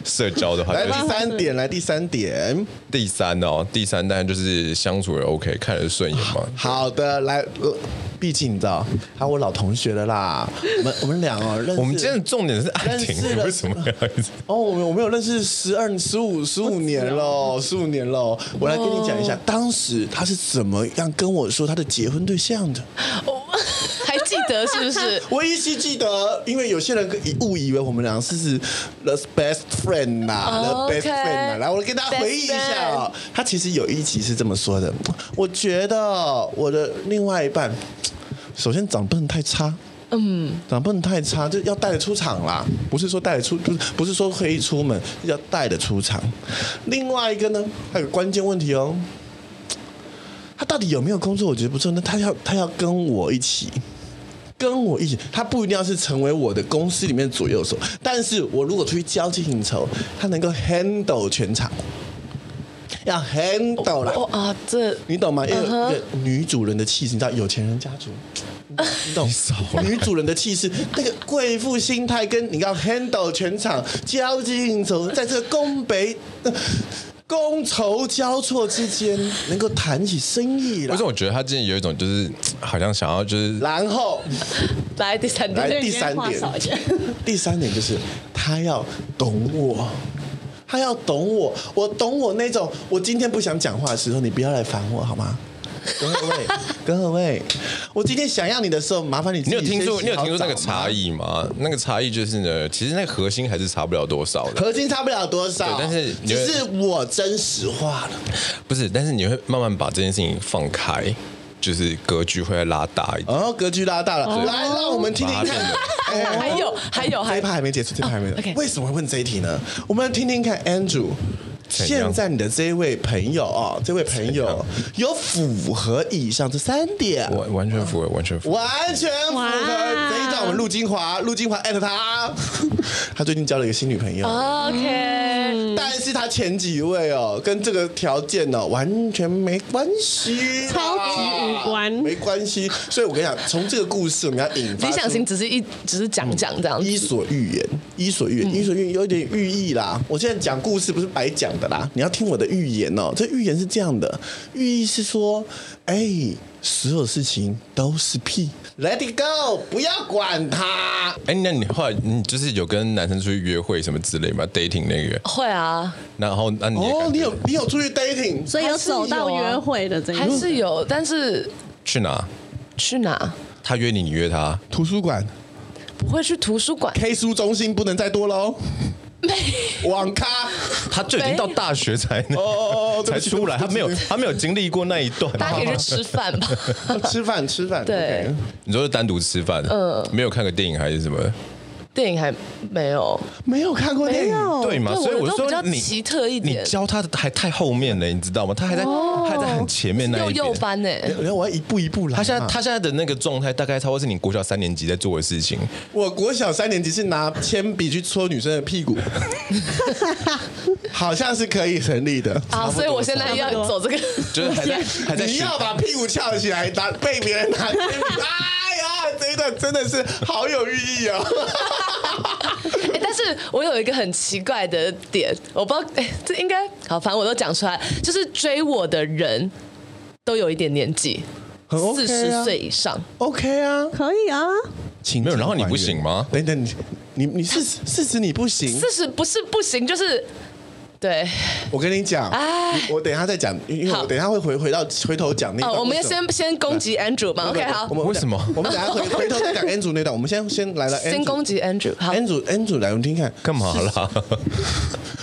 S1: 社交的话，
S3: 来
S1: 就是
S3: 第三点，来第三点，
S1: 第三哦，第三当然就是相处也 OK，看得顺眼嘛。
S3: 好的，来，呃毕竟你知道，他我老同学了啦，我们我们俩哦，认识
S1: 我们今天的重点是爱情
S3: 认识，了
S1: 为什么要 一直？
S3: 哦，我们我们有认识十二、十五、十五年喽，十五年喽。我
S1: 哦
S3: 来跟你讲一下，当时他是怎么样跟我说他的结婚对象的。
S4: 我
S5: 还记得是不 是？
S3: 我依稀记得，因为有些人误以为我们俩是是 the best friend 呐、
S4: 哦
S3: t h e best
S4: OK
S3: friend 呐、来，我跟大家
S4: Best
S3: 回忆一下哦，他其实有一集是这么说的，我觉得我的另外一半，首先长不能太差。嗯，长不能太差，就要带得出场啦。不是说带得出，不是不是说可以出门，是要带得出场。另外一个呢，还有个关键问题哦，他到底有没有工作？我觉得不重要，那他要他要跟我一起，跟我一起，他不一定要是成为我的公司里面左右手，但是我如果出去交际应酬，他能够 handle 全场，要 handle 啦。
S5: 哦啊，这
S3: 你懂吗？因为有一个女主人的气势，你知道有钱人家族，你懂？女主人的气势，那个贵妇心态，跟你要 handle 全场交际应酬，在这个宫北。呃觥筹交错之间，能够谈起生意
S1: 为
S3: 来
S1: 什，么我觉得他今天有一种就是好像想要就是
S3: 然后
S4: 来第三
S3: 来
S4: 点，
S3: 第三
S2: 话
S3: 点，
S2: 少一 点。
S3: 第三点就是他要懂我，他要懂我，我懂我那种，我今天不想讲话的时候，你不要来烦我好吗？各 位，各位，我今天想要你的时候，麻烦你自
S1: 你
S3: 己
S1: 有听
S3: 先
S1: 说
S3: 洗
S1: 你有听
S3: 好
S1: 说那个
S3: 澡
S1: 差
S3: 吗？
S1: 异吗？那个差异就是呢，其实那个核心还是差不了多少的，
S3: 核心差不了多少，
S1: 对但是你
S3: 只
S1: 会
S3: 是我真实化了。
S1: 不是？但是你会慢慢把这件事情放开，就是格局会拉大一点。
S3: 哦，格局拉大了，来，让我们听听
S1: 把它变
S3: 看
S1: 得。
S3: 哎
S4: 还有还有哦
S3: 这
S4: 还
S3: 一趴还没结束，这一趴还没有。
S5: OK
S3: 为什么会问这一题呢？我们来听听看，Andrew，
S1: 怎
S3: 现
S1: 样
S3: 在你的这一位朋友哦，这位朋友有符合以上这三点，
S1: 完完全符合，完全符合。
S3: 完全符合。
S2: 哇
S3: 等一下，我们陆金华，陆金华艾特他， 他最近交了一个新女朋友。
S5: 嗯
S4: OK，
S3: 但是他前几位哦，跟这个条件呢、完全没关系啦，
S2: 超级无关
S3: 没关系。所以我跟你讲，从这个故事我们要引发
S5: 理想
S3: 出
S5: 型只是一只是讲讲这样
S3: 伊
S5: 子。
S3: 索寓言，伊索寓言，伊索寓言有点寓意啦。我现在讲故事不是白讲的啦，你要听我的寓言哦。这寓言是这样的，寓意是说，哎，所有事情都是屁，Let it go，不要管它。
S1: 哎，那你后来你就是有跟男生出去约会什么之类吗？dating 那个，
S4: 会啊，
S1: 然后那你也
S3: 哦，
S1: 敢
S3: 你有你有出去 dating，
S2: 所以有走到约会的这一
S5: 还
S2: 幕，
S5: 是有，但是
S1: 去哪？
S5: 去哪？
S1: 他约你，你约他，
S3: 图书馆、
S5: 不会去图书馆
S3: K 书中心不能再多喽。网咖，
S1: 他就已经到大学才那
S3: 哦哦哦对
S1: 才
S3: 不起
S1: 出来，
S3: 对
S1: 他
S3: 不起
S1: 没有
S3: 对不啊
S1: 他没有经历过那一段。
S5: 大家可以去吃饭吧。
S3: 吃饭吃饭，
S5: 对
S3: OK
S1: 你说是单独吃饭，
S5: 嗯
S1: 没有看个电影还是什么？
S5: 电影还没有，
S3: 没有看过电
S2: 没
S3: 影。
S2: 有
S1: 对嘛？
S5: 哦对
S1: 所以
S5: 我的都
S1: 说
S5: 比较
S1: 你
S5: 奇特一
S1: 你
S5: 点，
S1: 教他的还太后面了，你知道吗？他还在
S5: 哦
S1: 他还在很前面那
S5: 幼
S1: 一
S5: 幼
S1: 边。
S5: 班欸呢、
S3: 然后我要一步一步来嘛。
S1: 他
S5: 嗯
S1: 现在他现在的那个状态，大概差不多是你国小三年级在做的事情。
S3: 我国小三年级是拿铅笔去戳女生的屁股，好像是可以成立的。
S5: 啊，所以我现在要走这个，
S1: 就是还在还在
S3: 你
S1: 学
S3: 要把屁股翘起来，拿被别人拿铅笔，哎呀，这一段真的是好有寓意哦。
S5: 哎但是我有一个很奇怪的点，我不知道，哎、这应该好，反正我都讲出来，就是追我的人都有一点年纪，
S3: 很
S5: 四
S3: OK
S5: 十
S3: 啊
S5: 岁以上，
S3: OK 啊，
S2: 可以啊，
S3: 请
S1: 没有然后你不行吗
S3: 等等，你你你四十四十你不行，
S5: 四十不是不行，就是对，
S3: 我跟你讲，
S5: 哎
S3: 我等一下再讲，因为我
S5: 好
S3: 等一下会回回到回头讲那
S5: 哦，
S3: 段。
S5: 我们要
S3: 为什么
S5: 先先攻击 Andrew 嘛，OK，好
S3: 我，们
S1: 为什么
S3: 我们等一下回回头再讲 Andrew 那段，我们先先来了 Andrew，
S5: 先攻击 Andrew，好，
S3: Andrew Andrew 来，我们听听看。
S1: 干嘛啦？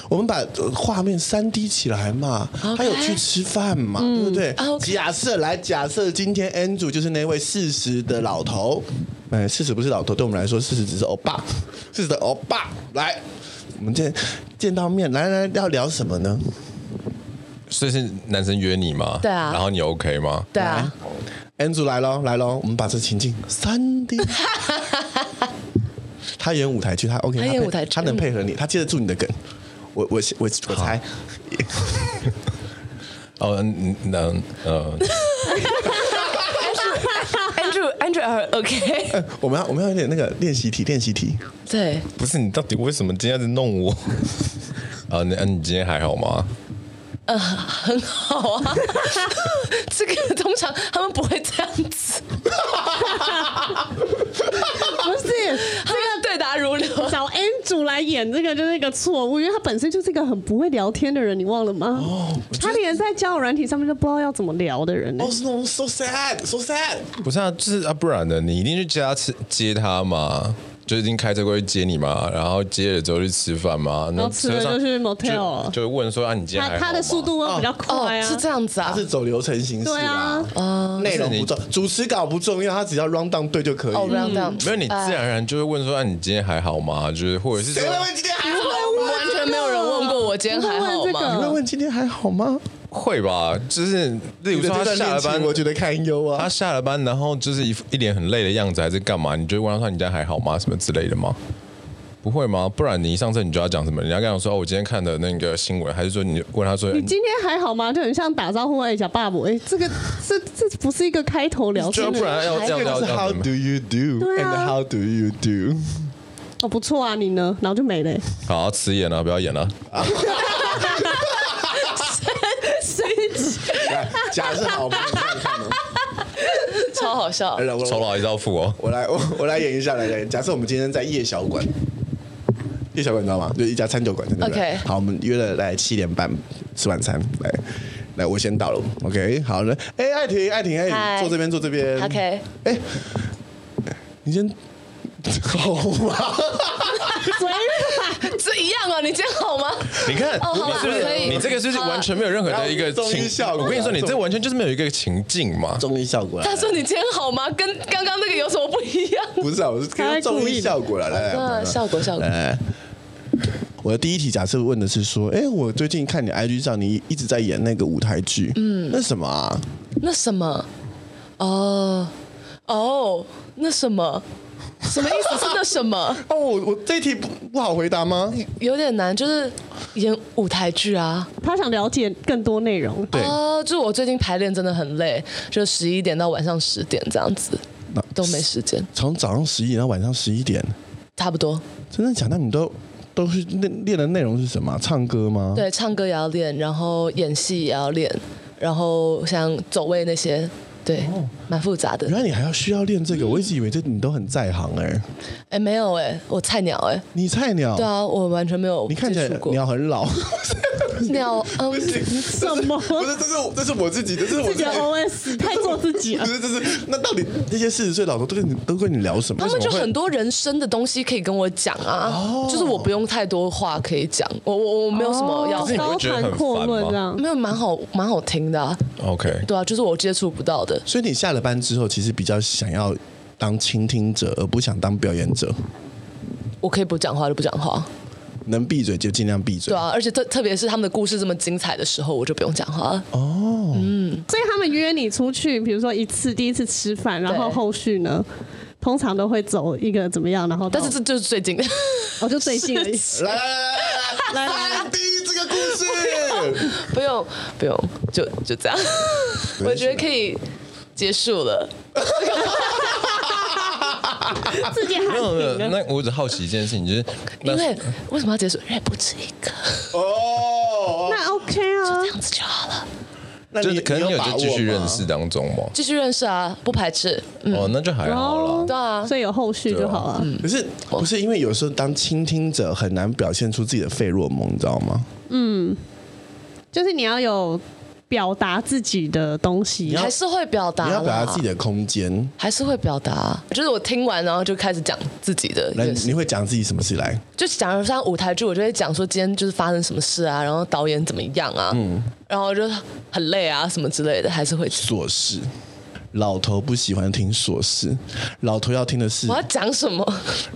S3: 我们把呃画面三 D 起来嘛，他有去吃饭嘛，对不对
S5: 嗯啊 OK
S3: 假设来，假设今天 Andrew 就是那位四十的老头，哎，四十不是老头，对我们来说，四十只是欧巴，四十的欧巴。来，我们见见到面，来来要聊什么呢？
S1: 所以是男生约你吗？
S5: 对啊
S1: 然后你 OK 吗？
S5: 对啊，
S3: Andrew 来喽，来喽，我们把这情境 三 D。他演舞台剧，他 OK，
S5: 他演
S3: 配
S5: 舞台剧嗯
S3: 他能配合你，他接得住你的梗。我我我我猜，
S1: 哦，嗯那呃，
S5: Andrew Andrew 呃 OK，
S3: 呃我们要我们要有点那个练习题，练习题。
S5: 对，
S1: 不是你到底为什么今天在弄我？ 啊，那你今天还好吗？
S4: 呃
S5: 很好 啊，这个通常他们不会这样子，
S2: 不是
S5: 他们对答如流。
S2: 找 Andrew 主来演这个就是一个错误，因为他本身就是一个很不会聊天的人，你忘了吗？他连在交友软体上面都不知道要怎么聊的人、呢。
S3: 哦，是那种 so sad so sad，
S1: 不是啊，就是啊，不然呢？你一定去接他吃接他嘛，就已经开车过去接你嘛，然后接了之后去吃饭嘛，然
S2: 后吃了就去 motel
S1: 就会问说啊，你今
S2: 他
S1: 天还好
S2: 他
S1: 吗
S2: 的速度会比较
S4: 哦
S2: 快，啊，
S4: 是这样子啊
S3: 他。是走流程形式
S2: 对啊
S3: 啊，内容不重，主持稿不重要，他只要 round down 对就可以。
S4: 哦，不要这样，
S1: 没有你自然而然就会问说啊，你今天还好吗？就是或者是说
S3: 谁会问今天还好？
S4: 完全没有人问过我今天还
S2: 不
S4: 好
S2: 会问这
S4: 吗
S2: 个？
S3: 你会问今天还好吗？
S1: 会吧，就是例如
S3: 你的
S1: 说
S3: 这
S1: 他
S3: 段
S1: 下
S3: 恋
S1: 了班
S3: 情，我觉得堪忧
S1: 他
S3: 啊。
S1: 下了班，然后就是一副一脸很累的样子，还是干嘛？你就会问他说你今天还好吗？什么之类的吗？不会吗？不然你一上车你就要讲什么？你要跟他说、哦、我今天看的那个新闻，还是说你问他说
S2: 你今天还好吗？就很像打招呼哎，小爸爸哎，这个这这不是一个开头聊
S1: 就
S2: 天
S1: 啊不
S2: 的，
S1: 然要要
S3: 哎这
S1: 要
S3: 个
S1: 要
S3: 是 How
S1: 怎么
S3: do you do
S2: 对
S3: and
S2: 啊
S3: How do you do？
S2: 哦不错啊，你呢？然后就没了、
S1: 好，辞演了，不要演啊了。
S2: 生气，
S3: 来假设好，我们看看 呢。
S4: 超好笑啊
S3: 来，。来哎我
S1: 酬劳一道付哦。
S3: 我来，我我来演一下，来来。假设我们今天在夜小馆，夜小馆你知道吗？就一家餐酒馆，对不对
S4: OK
S3: 好，我们约了来七点半吃晚餐，来来，我先到了，OK。好了，哎、艾婷，艾婷，哎、
S4: 嗨
S3: 坐这边，坐这边
S4: OK，
S3: 哎、你先。好 吗？
S2: 所以
S4: 这一样啊，你今天好吗？
S1: 你看，
S4: 哦好
S1: 你
S4: 啦
S1: 是不
S4: 可以
S1: 是你这个就是
S4: 好啦
S1: 完全没有任何的一个
S3: 综艺
S1: 情
S3: 效果
S1: 我跟你说，
S3: 啊
S1: 你这
S3: 综
S1: 完全就是没有一个情境嘛。
S3: 综艺效果啦
S4: 他说你今天好吗？跟刚刚那个有什么不一样？
S3: 不是啊，我是
S2: 在
S3: 跟
S2: 故
S3: 综
S2: 意
S3: 艺效果了，来来，我们
S4: 那效果效果。
S3: 呃，我的第一题假设问的是说，哎、我最近看你 IG 上你一直在演那个舞台剧，嗯，那什么啊？
S4: 那什么？哦哦，那什么？什么意思？是那什么？
S3: 哦，我我这一题不不好回答吗？
S4: 有点难，就是演舞台剧啊。
S2: 他想了解更多内容，
S3: 对
S4: 哦，就是我最近排练真的很累，就十一点到晚上十点这样子，
S3: 那
S4: 都没时间，
S3: 从早上十一点到晚上十一点，
S4: 差不多。
S3: 真的假的？那你们都都是练练的内容是什么啊、唱歌吗？，
S4: 对，唱歌也要练，然后演戏也要练，然后像走位那些，对，
S3: 哦
S4: 蛮复杂的
S3: 原。来你还要需要练这个，我一直以为这你都很在行哎、
S4: 哎，没有哎、我菜鸟哎、
S3: 你菜鸟，
S4: 对啊，我完全没有
S3: 哦你看起来
S4: 接触过
S3: 鸟很老，
S4: 鸟，嗯，
S2: 什么？
S3: 不是，这是我这是我自己，这是我
S2: 自己的 OS 太做自己
S3: 不
S2: 了。
S3: 是，这是那到底那些四十岁老头都跟你都跟你聊什么？
S4: 他们
S3: 为什
S4: 就
S3: 么会
S4: 很多人生的东西可以跟我讲啊，
S3: 哦
S4: 就是我不用太多话可以讲，我我我没有什么要，
S1: 是你
S2: 高
S1: 会觉得很
S2: 谈阔论这样，
S4: 没有蛮好蛮好听的、啊，
S1: OK，
S4: 对啊，就是我接触不到的，
S3: 所以你下了班之后，其实比较想要当倾听者，而不想当表演者。
S4: 我可以不讲话就不讲话，
S3: 能闭嘴就尽量闭嘴。
S4: 对啊，而且特特别是他们的故事这么精彩的时候，我就不用讲话了。
S3: 哦，
S2: 所以他们约你出去，比如说一次第一次吃饭，然后
S4: 对
S2: 后续呢，通常都会走一个怎么样，然后到
S4: 但是这就是最近，
S2: 哦就最近而 已
S3: 来来来来来来，安迪这个故 事，
S4: 不用不用，就就这样，我觉得可以结束了。
S2: 自己喊
S1: 没有没有，
S2: 停了。
S1: 那我只好奇一件事情，就是
S4: 因
S1: 那
S4: 为
S3: 嗯
S4: 为什么要结束？因为不止一个，
S3: 哦，
S2: 那 OK 啊
S4: 这，样子就好了。
S3: 那
S1: 就是
S3: 你
S1: 可能
S3: 你
S1: 有
S3: 把握吗
S1: 就继续认识当中嘛。
S4: 继续认识啊，不排斥。
S1: 哦，那就还好啦。
S4: 对啊
S2: 所以有后续就好了。
S3: 可是不是因为有时候当倾听者很难表现出自己的费洛蒙，你知道吗？
S2: 就是你要有表达自己的东西，
S4: 还是会表达
S3: 你
S4: 啦，
S3: 要表达自己的空间，
S4: 还是会表达，就是我听完然后就开始讲自己的一
S3: 来
S4: 件事，
S3: 你会讲自己什么事来？
S4: 就假如像舞台剧，我就会讲说今天就是发生什么事啊，然后导演怎么样啊，
S3: 嗯
S4: 然后就很累啊什么之类的，还是会讲。
S3: 琐事。老头不喜欢听琐事，老头要听的是
S4: 我要讲什 么？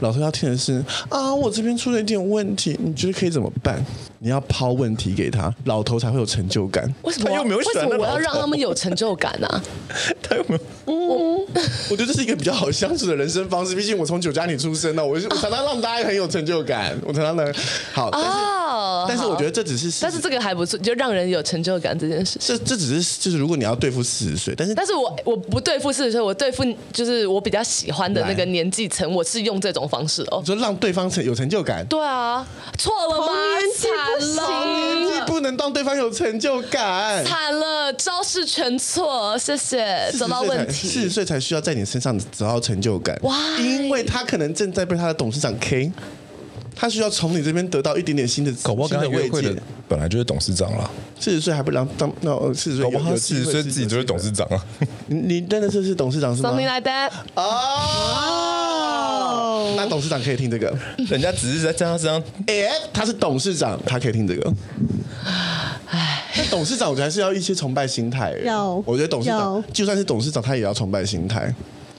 S3: 老师要听的是啊，我这边出了一点问题，你觉得可以怎么办？你要抛问题给他，老头才会有成就感。
S4: 为什么
S3: 他
S4: 我？
S3: 又没有啊
S4: 为
S3: 喜
S4: 什
S3: 欢
S4: 么
S3: 那
S4: 我
S3: 老
S4: 要
S3: 头
S4: 让他们有成就感啊？
S3: 他又没有？
S4: 嗯
S3: 我觉得这是一个比较好相处的人生方式。毕竟我从酒家里出生的，我 是我常常让大家很有成就感。我常常能好，但是、
S4: 哦，
S3: 但是我觉得
S4: 得，
S3: 这只是事，
S4: 但是这个还不错，就让人有成就感这件事
S3: 这
S4: 情。
S3: 这只是就是如果你要对付四十岁，但是
S4: 但是我我不对付四十岁，我对付就是我比较喜欢的那个
S3: 来
S4: 年纪层，我是用这种方式哦
S3: 你。说让对方成有成就感，
S4: 对啊，错了吗
S2: 同年？纪不行
S4: 惨了，
S3: 你不能让对方有成就 感。
S4: 惨了，招式全错，谢谢，找到问
S3: 四十
S4: 题。
S3: 岁才需要在你身上找到成就感。
S4: Why？
S3: 因为他可能正在被他的董事长 K。他需要从你这边得到一点点新的
S1: 搞不好
S3: 新的
S1: 跟他约
S3: 慰
S1: 会
S3: 藉
S1: 的。本来就是董事长啦，
S3: 四十岁还不当当那呃四十岁
S1: 搞
S3: 有，
S1: 不好
S3: 有
S1: 他
S3: 机
S1: 四
S3: 会
S1: 十岁自己就是董事长啊。
S3: 你你真的是是董事长是吗？
S5: Something like that，
S3: 哦，那董事长可以听这个。
S1: 人家只是在在他身上，
S3: 哎，他是董事长，他可以听这个。那董事长，我觉得还是要一些崇拜心态。
S2: 要
S3: 我觉得董事长
S2: 要
S3: 就算是董事长，他也要崇拜心态。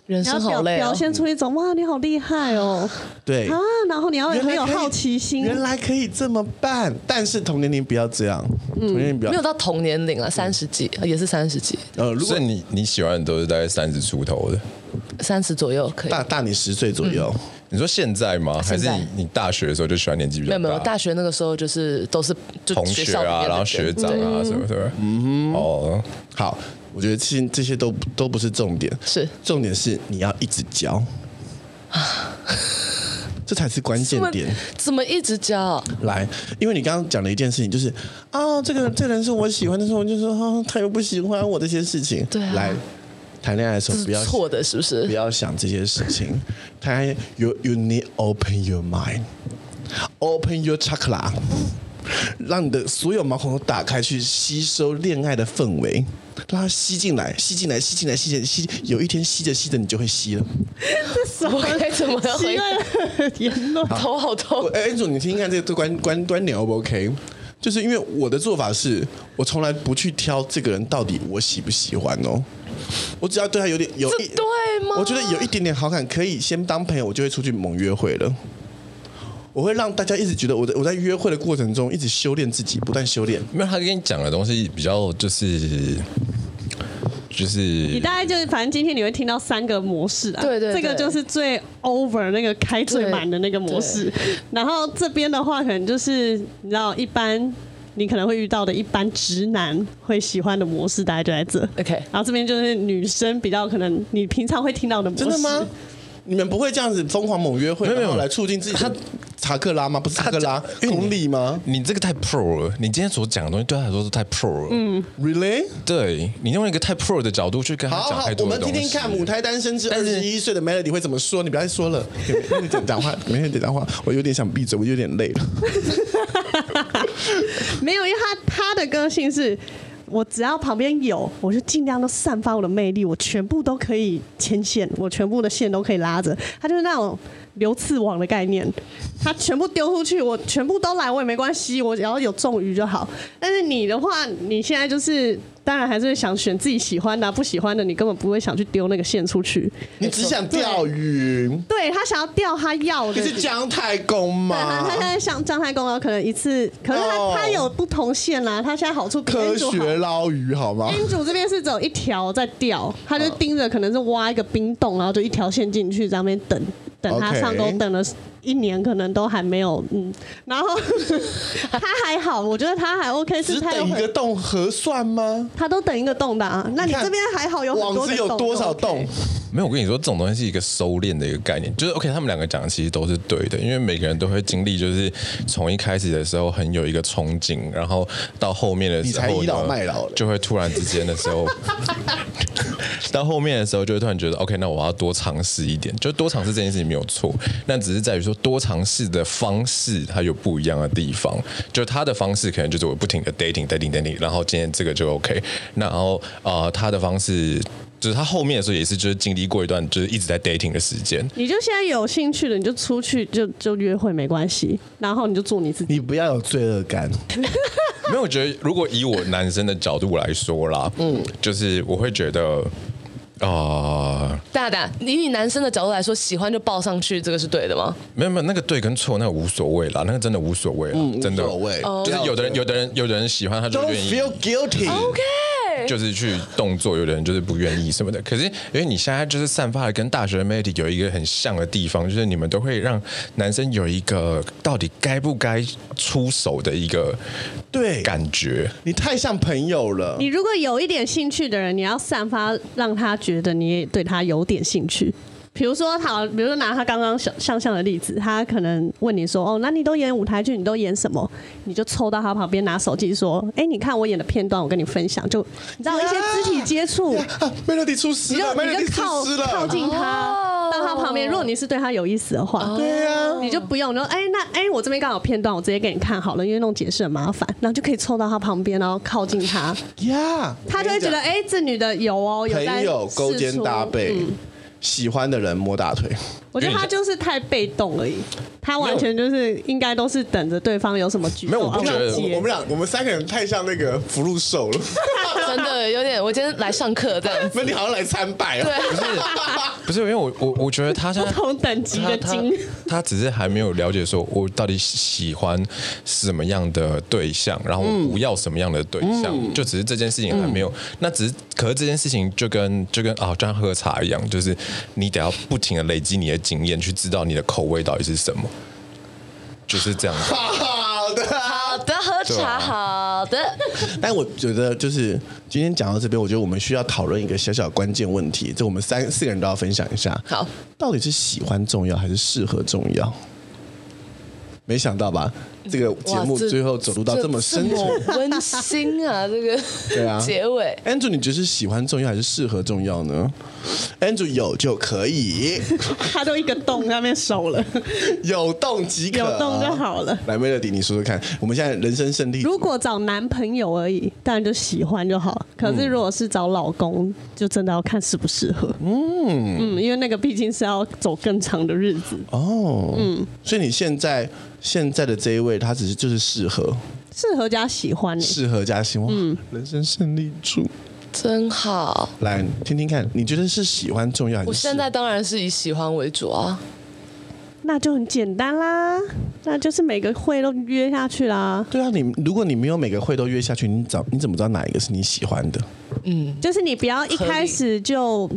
S5: 人
S2: 你要
S5: 生
S2: 表
S5: 好
S4: 啊
S5: 累
S2: 表
S5: 哦。
S2: 现出一种哇，你好厉害哦
S3: 对
S2: 啊，然后你要
S3: 哎原来可
S2: 很
S3: 以
S2: 有好奇心，
S3: 原来可以这么办，但是同年龄不要这样，
S2: 嗯
S3: 同年龄不要
S5: 没有。到同年龄
S3: 嗯
S5: 了，三十几也是三十几，
S3: 呃，如
S1: 所
S3: 果
S1: 以你你喜欢的都是大概三十出头的。
S5: 三十左右可以。
S3: 大啊大你十岁左右，
S2: 嗯
S1: 你说现在吗？还
S5: 现
S1: 是
S5: 在
S1: 你你大学的时候就喜欢年纪比
S5: 没
S1: 较
S5: 有没有，
S1: 大
S5: 大？学那个时候就是都是就
S1: 同
S5: 学
S1: 学
S5: 校里面
S1: 啊，
S5: 的
S1: 然后
S5: 人
S1: 学长啊，什么什么，嗯哦，
S3: 好，我觉得其实这些都不都不是重点，
S5: 是
S3: 重点是你要一直教，这才是关键
S5: 啊怎么
S3: 点。
S5: 怎么一直教？
S3: 来，因为你刚刚讲了一件事情，就是啊，这个这个人是我喜欢的时候，我就说啊，他又不喜欢我这些事情。
S5: 对啊
S3: 来谈恋爱的时
S5: 这
S3: 候不要
S5: 是错的，是不
S3: 不
S5: 是？
S3: 要想这些事情。 谈恋爱 you you need open your mind, open your chakra，让你的所有毛孔都打开，去吸收恋爱的氛围，让它吸进来，吸进来，吸进来，吸进来，吸。有一天吸着吸着，你就会吸了。
S2: 什
S5: 我
S2: 么
S5: 该怎么
S2: 奇
S5: 回？
S2: 怪的言论？
S5: 头好
S3: 我
S5: 痛。
S3: 哎，安祖，你听听看这个观观观点 O 不 OK？就是因为我的做法是，我从来不去挑这个人到底我喜不喜欢哦，我只要对他有点有
S5: 这
S3: 一，
S5: 对吗
S3: 我觉得有一点点好感，可以先当朋友，我就会出去猛约会了。我会让大家一直觉得我在我在约会的过程中一直修炼自己，不断修炼。
S1: 没有他跟你讲的东西比较就是就是
S2: 你大概就是，反正今天你会听到三个模式啊，
S5: 对对对
S2: 这个就是最 over 那个开最满的那个模式，然后这边的话可能就是你知道一般。你可能会遇到的一般直男会喜欢的模式，大概就在这。
S5: OK
S2: 然后这边就是女生比较可能你平常会听到的模式。
S3: 真的吗？？你们不会这样子疯狂猛约会，
S1: 没有没有
S3: 然后来促进自己的查克拉吗？不是查克拉，同理吗
S1: 你这个太 pro 了，你今天所讲的东西对他来说都太 pro 了，嗯，
S3: ？Really？
S1: 对你用一个太 pro 的角度去跟他
S3: 好
S1: 讲
S3: 好
S1: 太，
S3: 我
S1: 多的
S3: 们
S1: 东
S3: 听
S1: 西，
S3: 听看母胎单身至二
S1: 但是
S3: 十一岁的 Melody 会怎么说。你不要再说了，每天讲讲话，每天讲话，我有点想闭嘴，我有点 累了。
S2: 没有，因为他他的个性是，我只要旁边有，我就尽量都散发我的魅力，我全部都可以牵线，我全部的线都可以拉着。他就是那种留刺网的概念，他全部丢出去，我全部都来，我也没关系，我只要有中鱼就好。但是你的话，你现在就是。当然还是会想选自己喜欢的啊、不喜欢的你根本不会想去丢那个线出去。
S3: 你只想钓鱼，
S2: 对他想要钓他要的，
S3: 你是姜太公
S2: 对他
S3: 吗
S2: 他？现在像张太公啊，可能一次，可是他、
S3: 哦
S2: 他有不同线啦，他现在好处比
S3: 科
S2: Andrew 好
S3: 学捞鱼好 吗？
S2: 冰主这边是只有一条在掉，他就盯着，可能是挖一个冰洞，然后就一条线进去，在那边等等他
S3: OK
S2: 上钩，等了一年，可能都还没有，嗯，然 后他还好，我觉得他还 OK，
S3: 只
S2: 是他有
S3: 等一个
S2: 很
S3: 洞合算吗？
S2: 他都等一个洞的啊，那你
S3: 看
S2: 这边还好有很
S3: 网
S2: 多
S3: 子
S2: 个
S3: 有
S2: 洞
S3: 多少
S2: 都 OK
S3: 洞？？
S1: 没有，我跟你说，这种东西是一个收敛的一个概念，就是 OK，他们两个讲的其实都是对的，因为每个人都会经历，就是从一开始的时候很有一个憧憬，然后到后面的时候呢，
S3: 你才倚老卖老了
S1: 就会突然之间的时候，到后面的时候就会突然觉得 OK，那我要多尝试一点，就多尝试这件事情没有错，那只是在于说多尝试的方式它有不一样的地方，就他的方式可能就是我不停的 dating dating dating，然后今天这个就 OK，那然后呃他的方式。就是他后面的时候也是，就是经历过一段就是一直在 dating 的时间，
S2: 你就现在有兴趣的，你就出去就就约会没关系，然后你就做你自己。
S3: 你不要有罪恶感。
S1: 没有，我觉得如果以我男生的角度来说啦，嗯，就是我会觉得，啊、
S5: 大大，以你男生的角度来说，喜欢就抱上去，这个是对的吗？
S1: 没有没有，那个对跟错那个无所谓啦，那个真的无所谓啦，
S3: 嗯
S1: 真的
S3: 无所谓
S1: 就是有的人有的人有的人喜欢他就
S3: Don't
S1: 愿意
S3: feel guilty。
S2: Oh,
S1: 就是去动作，有的人就是不愿意什么的。可是因为你现在就是散发的跟大学的 Matty 有一个很像的地方，就是你们都会让男生有一个到底该不该出手的一个
S3: 对
S1: 感觉。
S3: 你太像朋友了
S2: 你。如果有一点兴趣的人，你要散发让他觉得你也对他有点兴趣。比如说，好，比如说拿他刚刚想想象的例子，他可能问你说：“哦，那你都演舞台剧，你都演什么？”你就凑到他旁边拿手机说：“哎、你看我演的片段，我跟你分享。就”你知道一些肢体接触。
S3: 啊，Melody 出师
S2: 你就
S3: 了
S2: 你
S3: ，Melody
S2: 就靠
S3: 出师了。
S2: 靠近他，到他旁边。如果你是对他有意思的话，
S3: 哦
S2: 对
S3: 啊
S2: 呀，你就不用，你说哎、那哎、我这边刚好有片段，我直接给你看好了，因为那种解释很麻烦，然后就可以凑到他旁边，然后靠近他，
S3: 呀，
S2: 他就会觉得哎、这女的有哦，有在
S3: 朋友勾
S2: 试
S3: 肩
S2: 出嗯
S3: 搭背，
S4: 嗯
S3: 喜欢的人摸大腿，
S2: 我觉得他就是太被动而已，他完全就是应该都是等着对方有什么举
S1: 没
S2: 动，
S1: 有我不
S2: 然后
S1: 觉得
S2: 接
S1: 我
S3: 我们俩我们三个人太像那个福禄寿 了，。
S4: 真的有点，我今天来上课这样
S3: 不是你好像来参拜哦，
S1: 不是因为我我我觉得他现
S2: 不
S1: 在
S2: 同等级
S1: 他
S2: 的
S1: 他
S2: 经历。
S1: 他只是还没有了解说我到底喜欢什么样的对象，然后我不要什么样的对象，
S2: 嗯
S1: 就只是这件事情还没有。那只是，可是这件事情就跟就跟啊，就像喝茶一样，就是你得要不停的累积你的经验，去知道你的口味到底是什么，就是这样。
S3: 好的。
S4: 好的，喝
S1: 对
S4: 茶，
S1: 啊
S4: 好的。
S3: 但我觉得就是今天讲到这边，我觉得我们需要讨论一个小小关键问题，这我们三四个人都要分享一下。
S4: 好，
S3: 到底是喜欢重要还是适合重要？没想到吧，这个节目
S4: 哇这
S3: 最后走入到这么深沉。
S4: 这么 温馨啊，这个
S3: 对啊
S4: 结尾。
S3: Andrew，你觉得是喜欢重要还是适合重要呢？Andrew 有就可以，
S2: 他都一个洞在那边守了，
S3: 有动即可，
S2: 有洞就。好了。
S3: 来，Melody，你说说看，我们现在人生胜利组，
S2: 如果找男朋友而已，当然就喜欢就好。可是如果是找老公，就真的要看适不适合。嗯嗯，因为那个毕竟是要走更长的日子，
S3: 哦，嗯，所以你现在现在的这一位，他只是就是适合，
S2: 适合加喜欢、欸。
S3: 适合加薪，哇，人生胜利组。
S4: 真好。
S3: 来听听看，你觉得是喜欢重要还是
S4: 我
S3: 适合？
S4: 现在当然是以喜欢为主啊，
S2: 那就很简单啦，那就是每个会都约下去啦。
S3: 对啊，你如果你没有每个会都约下去，你找你怎么知道哪一个是你喜欢的？
S2: 就是你不要一开始就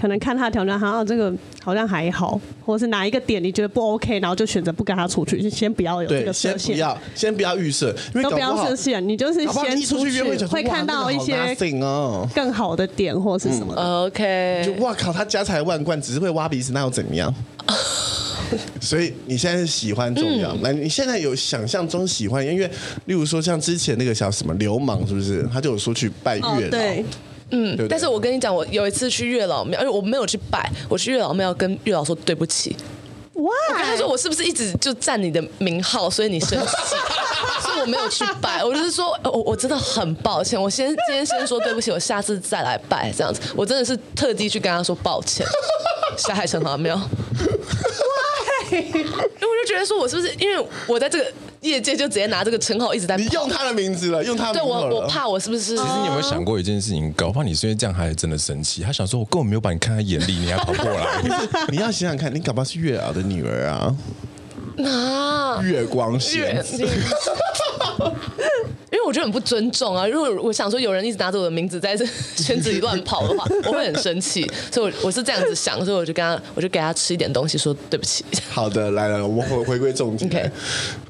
S2: 可能看他的条件，好像这个好像还好，或者是哪一个点你觉得不 OK，然后就选择不跟他出去，就先不要有这
S3: 对，
S2: 个
S3: 先
S2: 设
S3: 不
S2: 限。
S3: 要，先不要预设，因为
S2: 都
S3: 搞
S2: 不要
S3: 好
S2: 设限，你 就是
S3: 搞不好
S2: 先
S3: 你一出去约会，想说
S2: 会看到一
S3: 哇那
S2: 些
S3: 个好 nothing 哦。
S2: 更好的点或是什么的。
S3: 就
S4: 呃 OK，
S3: 哇靠，他家财万贯，只是会挖鼻子，那又怎么样？所以你现在是喜欢重要，那、你现在有想象中喜欢，因为例如说像之前那个小什么流氓，是不是？他就有说去拜月老，
S2: 哦，对，
S3: 对不对
S4: 嗯但是我跟你讲，我有一次去月老庙，而且我没有去拜，我去月老庙跟月老说对不起，
S2: 哇，
S4: 他说我是不是一直就占你的名号，所以你生气？ 所以我没有去拜，我就是说，呃我我真的很抱歉，我先今天先说对不起，我下次再来拜这样子。我真的是特地去跟他说抱歉， 下海城隍庙。因为我就觉得说，我是不是因为我在这个业界就直接拿这个称号一直在
S3: 你用他的名字了，用他的
S4: 对
S3: 名字
S4: 我
S3: 了，哦
S4: 我怕我是不是？
S1: 其实你有没有想过一件事情？搞不好你是因为这样，他还真的生气。他想说，我根本没有把你看在眼里，你还跑过来。
S3: 你要想想看，你搞不好是月老的女儿啊，
S4: 啊？
S3: 月光仙
S4: 月。 因为我觉得很不尊重啊！如果我想说有人一直拿着我的名字在这 圈子里乱跑 的话，我会很生气。所以我我是这样子想，所以我就跟他，我就给他吃一点东西，说对 不起。
S3: 好的，来来，我们回回归重点
S4: OK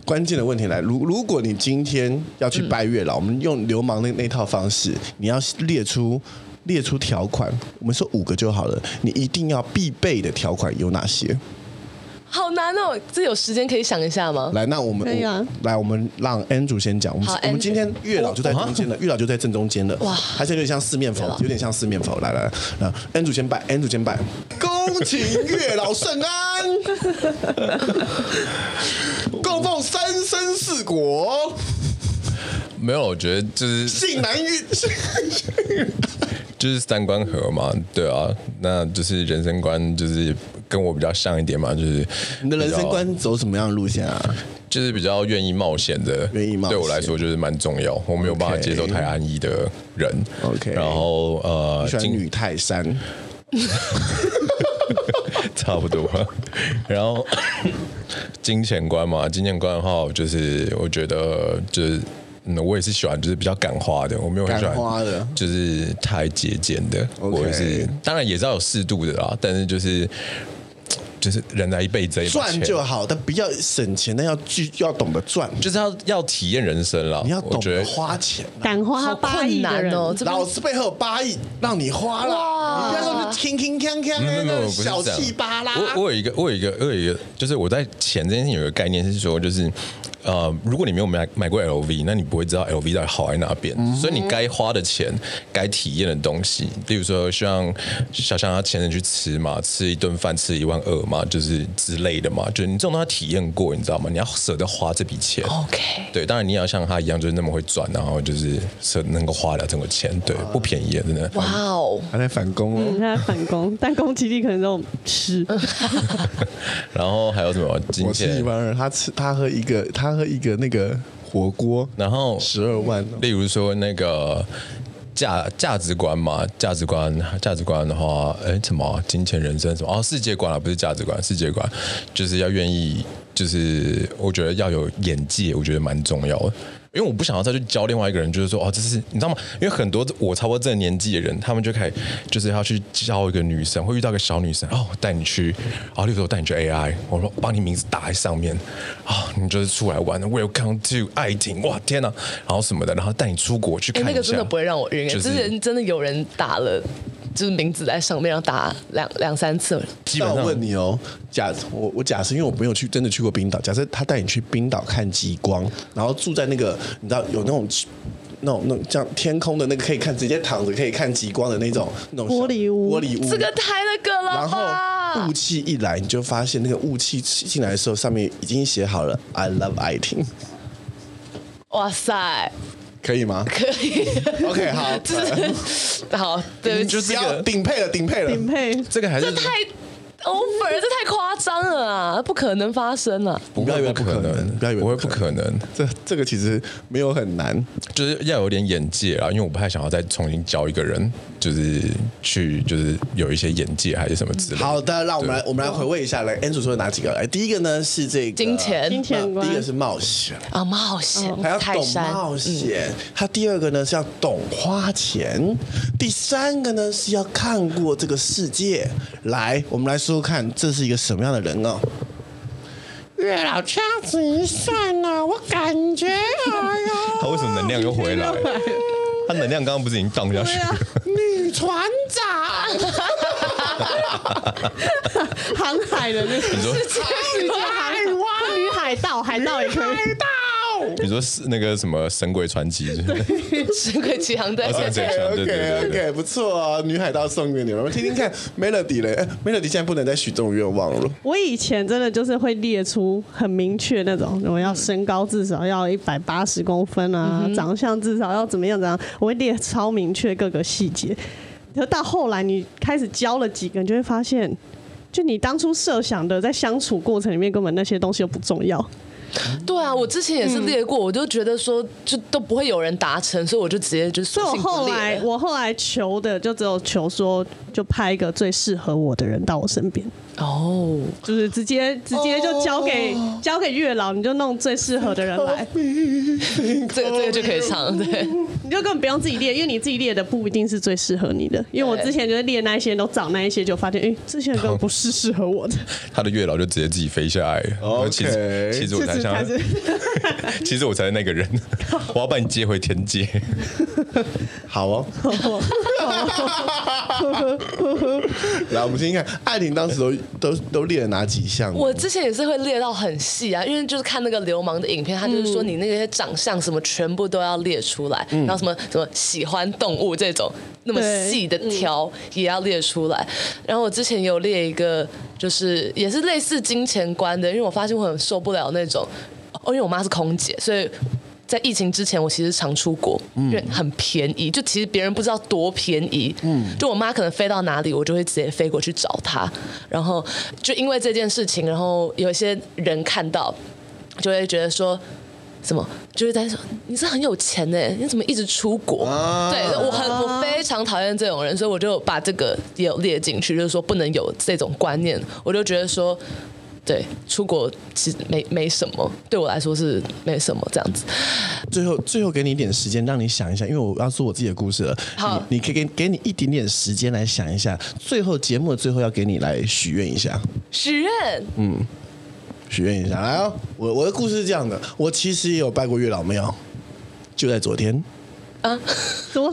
S3: 关键的问题来，如如果你今天要去拜月老，我们用流氓那那套方式，你要列出列出条款，我们说五个就好了，你一定要必备的条款有哪些？
S4: 好难哦，这有时间可以想一下吗？
S3: 来，那我们、
S2: 可以啊
S3: 我来，我们让 Andrew 先讲。我们
S4: 好
S3: 我们
S4: Andrew
S3: 今天月老就在中间了，月老就在正中间了。哇，还是有点像四面佛，有点像四面佛。来来来，那 Andrew 先拜，Andrew 先拜，恭请月老圣安，供奉三生四果，
S1: 没有，我觉得就是
S3: 信男欲。
S1: 就是三观合嘛，对啊，那就是人生观就是跟我比较像一点嘛，就是
S3: 你的人生观走什么样的路线啊？
S1: 就是比较愿意冒险的，
S3: 愿意冒险
S1: 对我来说就是蛮重要，我没有办法
S3: OK
S1: 接受太安逸的人。
S3: OK
S1: 然后呃，
S3: 喜欢
S1: 经
S3: 女泰山，
S1: 差不多，然后 金钱观嘛，金钱观的话，我就是我觉得就是。嗯，我也是喜欢，就是比较敢花的，我没有很喜欢
S3: 敢花的
S1: 就是太节俭的。
S3: OK
S1: 我就是当然也是要有适度的啦，但是就是就是人来一辈子，一把
S3: 赚
S1: 钱
S3: 就好，但不要省钱，但要去要懂得赚，
S1: 就是要要体验人生啦。
S3: 你要
S1: 我
S3: 懂
S1: 觉
S3: 得
S1: 得
S3: 花钱。
S2: 敢花
S4: 好
S2: 八亿
S4: 困
S2: 的
S4: 难
S2: 人
S4: 哦，，这边
S3: 老子背后有八亿让你花了，你不要说是铿铿锵锵
S1: 没有
S3: 的
S1: 没有，
S3: 那
S1: 我
S3: 种
S1: 不是
S3: 小
S1: 这样
S3: 气巴拉。
S1: 我我有一个，我有一个，我有一个，就是我在钱这件事情有一个概念是说，就是呃，如果你没有买买过 LV，那你不会知道 LV 到底好在哪边。
S3: 嗯
S1: 所以你该花的钱，该体验的东西，例如说像小象他前人去吃嘛，吃一顿饭吃一万二嘛，就是之类的嘛，就是你这种东西体验过，你知道吗？你要舍得花这笔钱。
S3: 哦
S4: OK，
S1: 对，当然你也要像他一样，就是那么会赚，然后就是舍能够花了这个钱，对，不便宜的，啊真的。
S4: 哇哦，
S3: 还在反攻哦。
S2: 你看他反攻， 但攻击力可能都吃。
S1: 然后还有什么金
S3: 我吃一
S1: 钱？
S3: 万二，他吃他喝一个，他喝一个那个火锅，
S1: 然后
S3: 十二万哦。
S1: 例如说那个价价值观嘛，价值观价值观的话，哎，什么啊金钱、人生什么哦，世界观啊，不是价值观，世界观就是要愿意，就是我觉得要有眼界，我觉得蛮重要的。因为我不想要再去教另外一个人，就是说哦，这是你知道吗？因为很多我差不多这个年纪的人，他们就开始就是要去教一个女生，会遇到一个小女生，哦，我带你去，哦，例如说我带你去 AI，我说把你名字打在上面，啊、你就是出来玩，Welcome to 爱情，哇天哪、然后什么的，然后带你出国去
S4: 哎、
S1: 看一下，
S4: 那个真的不会让我晕、哎
S1: 就是
S4: 之前真的有人打了，就是名字在上面，然后打两两三次了。
S1: 基本
S3: 那我
S1: 上
S3: 问你哦，假我我假设，因为我没有去真的去过冰岛，假设他带你去冰岛看极光，然后住在那个你知道有那种那种那种像天空的那个可以看直接躺着可以看极光的那种那种小
S2: 玻璃屋
S3: 玻璃屋
S4: 这个太那个了
S3: 然后雾
S4: 吧？
S3: 气一来，你就发现那个雾气进来的时候，上面已经写好了 “I love 爱情
S4: 哇塞，”，
S3: 可以吗
S4: 可以，
S3: ？OK，好，
S4: 就是 好，对，
S1: 就
S3: 不
S1: 这
S3: 要
S1: 个
S3: 顶配了，顶配了，
S2: 顶配
S1: 这个还是
S4: 这太 over，了这太夸张了啊，不可能发生啊！
S1: 不
S3: 不要以
S1: 会
S3: 为
S1: 不
S3: 不
S1: 可
S3: 可能
S1: 能，
S3: 不要以为
S1: 不会
S3: 不
S1: 不
S3: 可
S1: 可能，
S3: 这这个其实没有很难。
S1: 就是要有点眼界啊，因为我不太想要再重新教一个人，就是去就是有一些眼界还是什么之类的。
S3: 好的，让我们来我们来回味一下，来，Andrew 说的哪几个？来，第一个呢是这个啊
S4: 金钱
S2: 金钱观
S3: 第一个是冒险，
S4: 啊，冒险，
S3: 还要
S4: 泰
S3: 懂
S4: 山，
S3: 冒
S4: 嗯
S3: 险。他第二个呢是要懂花钱，第三个呢是要看过这个世界。来，我们来说说看，这是一个什么样的人哦？月老掐指一算呢、我感觉，哎
S1: 他为什么能量又回 来？他能量刚刚不是已经荡下去了？
S3: 呦，女船长，
S2: 航海的那个
S1: 你说
S2: 世界航哇，女海盗，海盗也可以。
S1: 你说是那个什么《神鬼传奇》 是不是？
S4: 神鬼奇航在
S1: 哦神鬼奇航
S3: OK
S1: 对对对对
S3: OK，不错哦，女海盗送给你们，我们听听看 Melody 嘞、哎 Melody 现在不能再许这种愿望了。
S2: 我以前真的就是会列出很明确那种，我要身高至少要一百八十公分啊，长相至少要怎么样怎么样，我会列超明确各个细节。可到后来你开始教了几个，你就会发现，就你当初设想的，在相处过程里面根本那些东西都不重要。
S4: 对啊，我之前也
S2: 嗯
S4: 是列过，我就觉得说就都不会有人达成，所以我就直接就
S2: 所以我
S4: 索性不
S2: 后
S4: 列
S2: 来
S4: 了。
S2: 我后来求的就只有求说，就派一个最适合我的人到我身边，
S4: 哦，
S2: 就是直接直接就交给、交给月老，你就弄最适合的人来，
S4: 这个这个就可以唱，对，
S2: 你就根本不用自己列，因为你自己列的不一定是最适合你的。因为我
S4: 对
S2: 之前就是列那一些都找那一些，就发现哎、诶这些人根本不是适合 我的，
S1: 他的月老就直接自己飞下来了。
S3: OK
S1: 其实其实我才
S2: 就是
S1: 像
S2: 开，始
S1: 其实我才是那个 人，我要把你接回天界。
S3: 好哦， 来，我们听听看，艾琳当时都都都列了哪几项？
S4: 我之前也是会列到很细啊，因为就是看那个流氓的影片，他就是
S2: 嗯
S4: 说你那些长相什么全部都要列出来，然后什么什么喜欢动物这种那么细的条也要列出来。然后我之前有列一个，就是也是类似金钱观的，因为我发现我很受不了那种，哦，因为我妈是空姐，所以。在疫情之前，我其实常出国，因为很便宜，就其实别人不知道多便宜。嗯，就我妈可能飞到哪里，我就会直接飞过去找她。然后就因为这件事情，然后有一些人看到，就会觉得说。什么？就是在说你是很有钱呢，你怎么一直出国？
S3: 啊
S4: 对我很我非常讨厌这种人，所以我就把这个也有列进去，就是说不能有这种观念。我就觉得说，对，出国其实没没什么，对我来说是没什么这样 子。
S3: 最后最后给你一点时间，让你想一下，因为我要说我自己的故事了。
S4: 好
S3: 你你可以给给你一点点时间来想一下。最后节目的最后要给你来许愿一下，
S4: 许愿，
S3: 许愿一下。来哦，我我的故事是这样的，我其实也有拜过月老庙，就在昨天，
S5: 啊
S2: 昨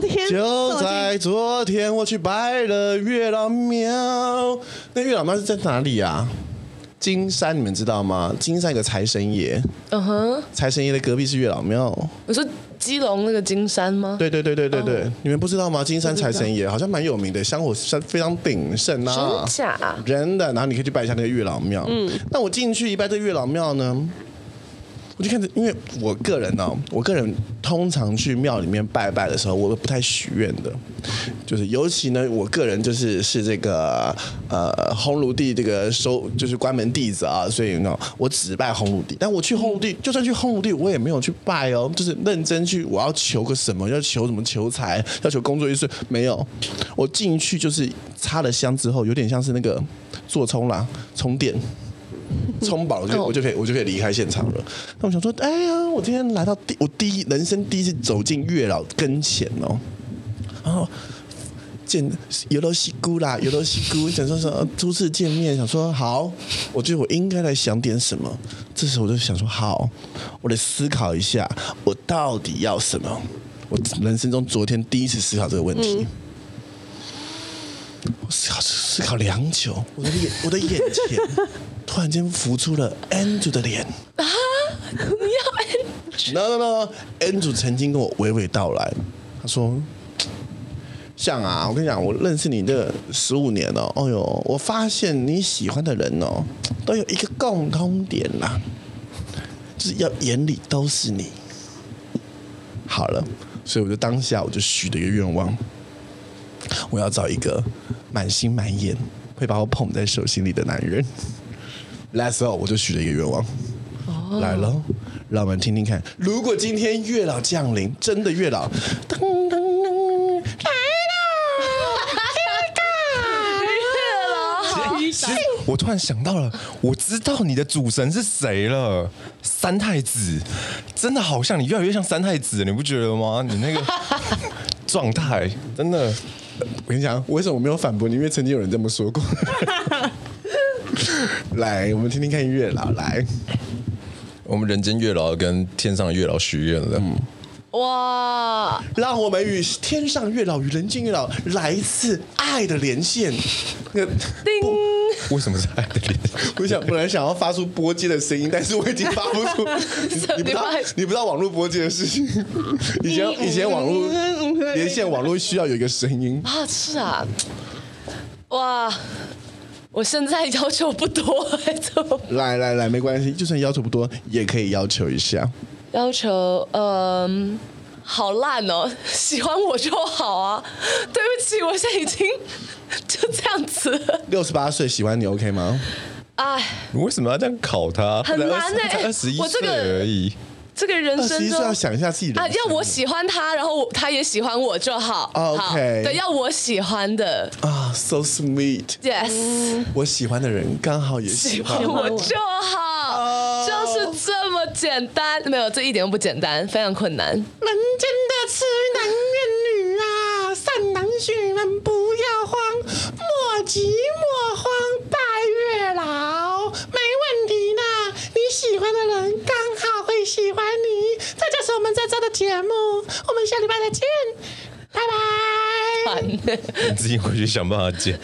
S2: 天
S3: 就在昨天我去拜了月老庙。那月老庙是在哪里啊？金山你们知道吗？金山有个财神爷，
S5: 嗯哼，
S3: 财神爷的隔壁是月老庙。
S5: 我说基隆那个金山吗？
S3: 对对对对对
S5: 哦
S3: 对，你们不知道吗？金山财神爷好像蛮有名的，香火山非常鼎盛啊。
S5: 真假啊
S3: 真的，然后你可以去拜一下那个月老庙。嗯，那我进去一拜这个月老庙呢，我就看着，因为我个人呢、我个人通常去庙里面拜拜的时候，我不太许愿的，就是尤其呢，我个人就是是这个呃红炉地这个收就是关门弟子啊，所以呢，我只拜红炉地。但我去红炉地，就算去红炉地，我也没有去拜哦，就是认真去，我要求个什么，要求什么求财，要求工作一顺，没有，我进去就是插了香之后，有点像是那个做冲啦，充电。充饱了就我就可以我就可以离开现场了。那我想说，哎呀，我今天来到第我第一人生第一次走进月老跟前哦，然后见有罗西姑啦，有罗西姑，想说说呃初次见面，想说好，我觉得我应该来想点什么。这时候我就想说，好，我得思考一下，我到底要什么。我人生中昨天第一次思考这个问题。我思考思考良久，我的眼我的眼前突然间浮出了 Andrew 的脸。你要 Andrew？No No No，Andrew 曾经跟我娓娓道来，他说。像啊，我跟你讲，我认识你这十五年哦，哦呦，我发现你喜欢的人哦，都有一个共通点啦，就是要眼里都是你。好了，所以我就当下我就许了一个愿望，我要找一个满心满眼会把我捧在手心里的男人。That's all，我就许了一个愿望。来喽，让我们听听看，如果今天月老降临，真的月老，噔噔噔，
S1: 我突然想到了，我知道你的主神是谁了，三太子，真的好像你，越来越像三太子，你不觉得吗？你 那个状态真的，
S3: 我跟你讲，为什么我没有反驳你？因为曾经有人这么说过。来，我们听听看月老来。
S1: 我们人间月老跟天上的月老许愿了，
S5: 哇，
S3: 让我们与天上月老与人间月老来一次爱的连线。那个，
S1: 为什么是爱的脸？
S3: 我想本来想要发出拨接的声音，但是我已经发不出。你你不知道你不知道网络拨接的事情。以前以前网络连线网络需要有一个声音。
S5: 啊，是啊，哇，我现在要求不多、哎，怎么
S3: 来来来，没关系，就算要求不多，也可以要求一下。
S5: 要求？嗯、好烂哦， 喜欢我就好啊。对不起，我现在已经就这样子 了，
S3: 六十八岁喜欢你 OK 吗？
S5: 哎，
S1: 你为什么要这样考他？
S5: 很难
S1: 他才
S5: 欸
S1: 二十一
S5: 我这
S1: 岁
S5: 个
S1: 而已。
S5: 这个人
S3: 二十
S5: 生
S3: 一岁
S5: 中
S3: 要想一下自己的
S5: 啊，要我喜欢他，然后我他也喜欢我就好。
S3: 啊 OK
S5: 好对，要我喜欢的
S3: 啊，so sweet，
S5: ，yes，、
S3: 我喜欢的人刚好也嗯喜欢哦
S5: 喜欢
S3: 我。
S5: 我就好。就是这么简单，没有这一点都不简单，非常困难。
S6: 人间的痴男怨女啊，善男信女们不要慌，莫急莫慌，拜月老没问题呢。你喜欢的人刚好会喜欢你，这就是我们这周的节目，我们下礼拜再见，拜拜。
S5: 烦。
S1: 你自己回去想办法剪。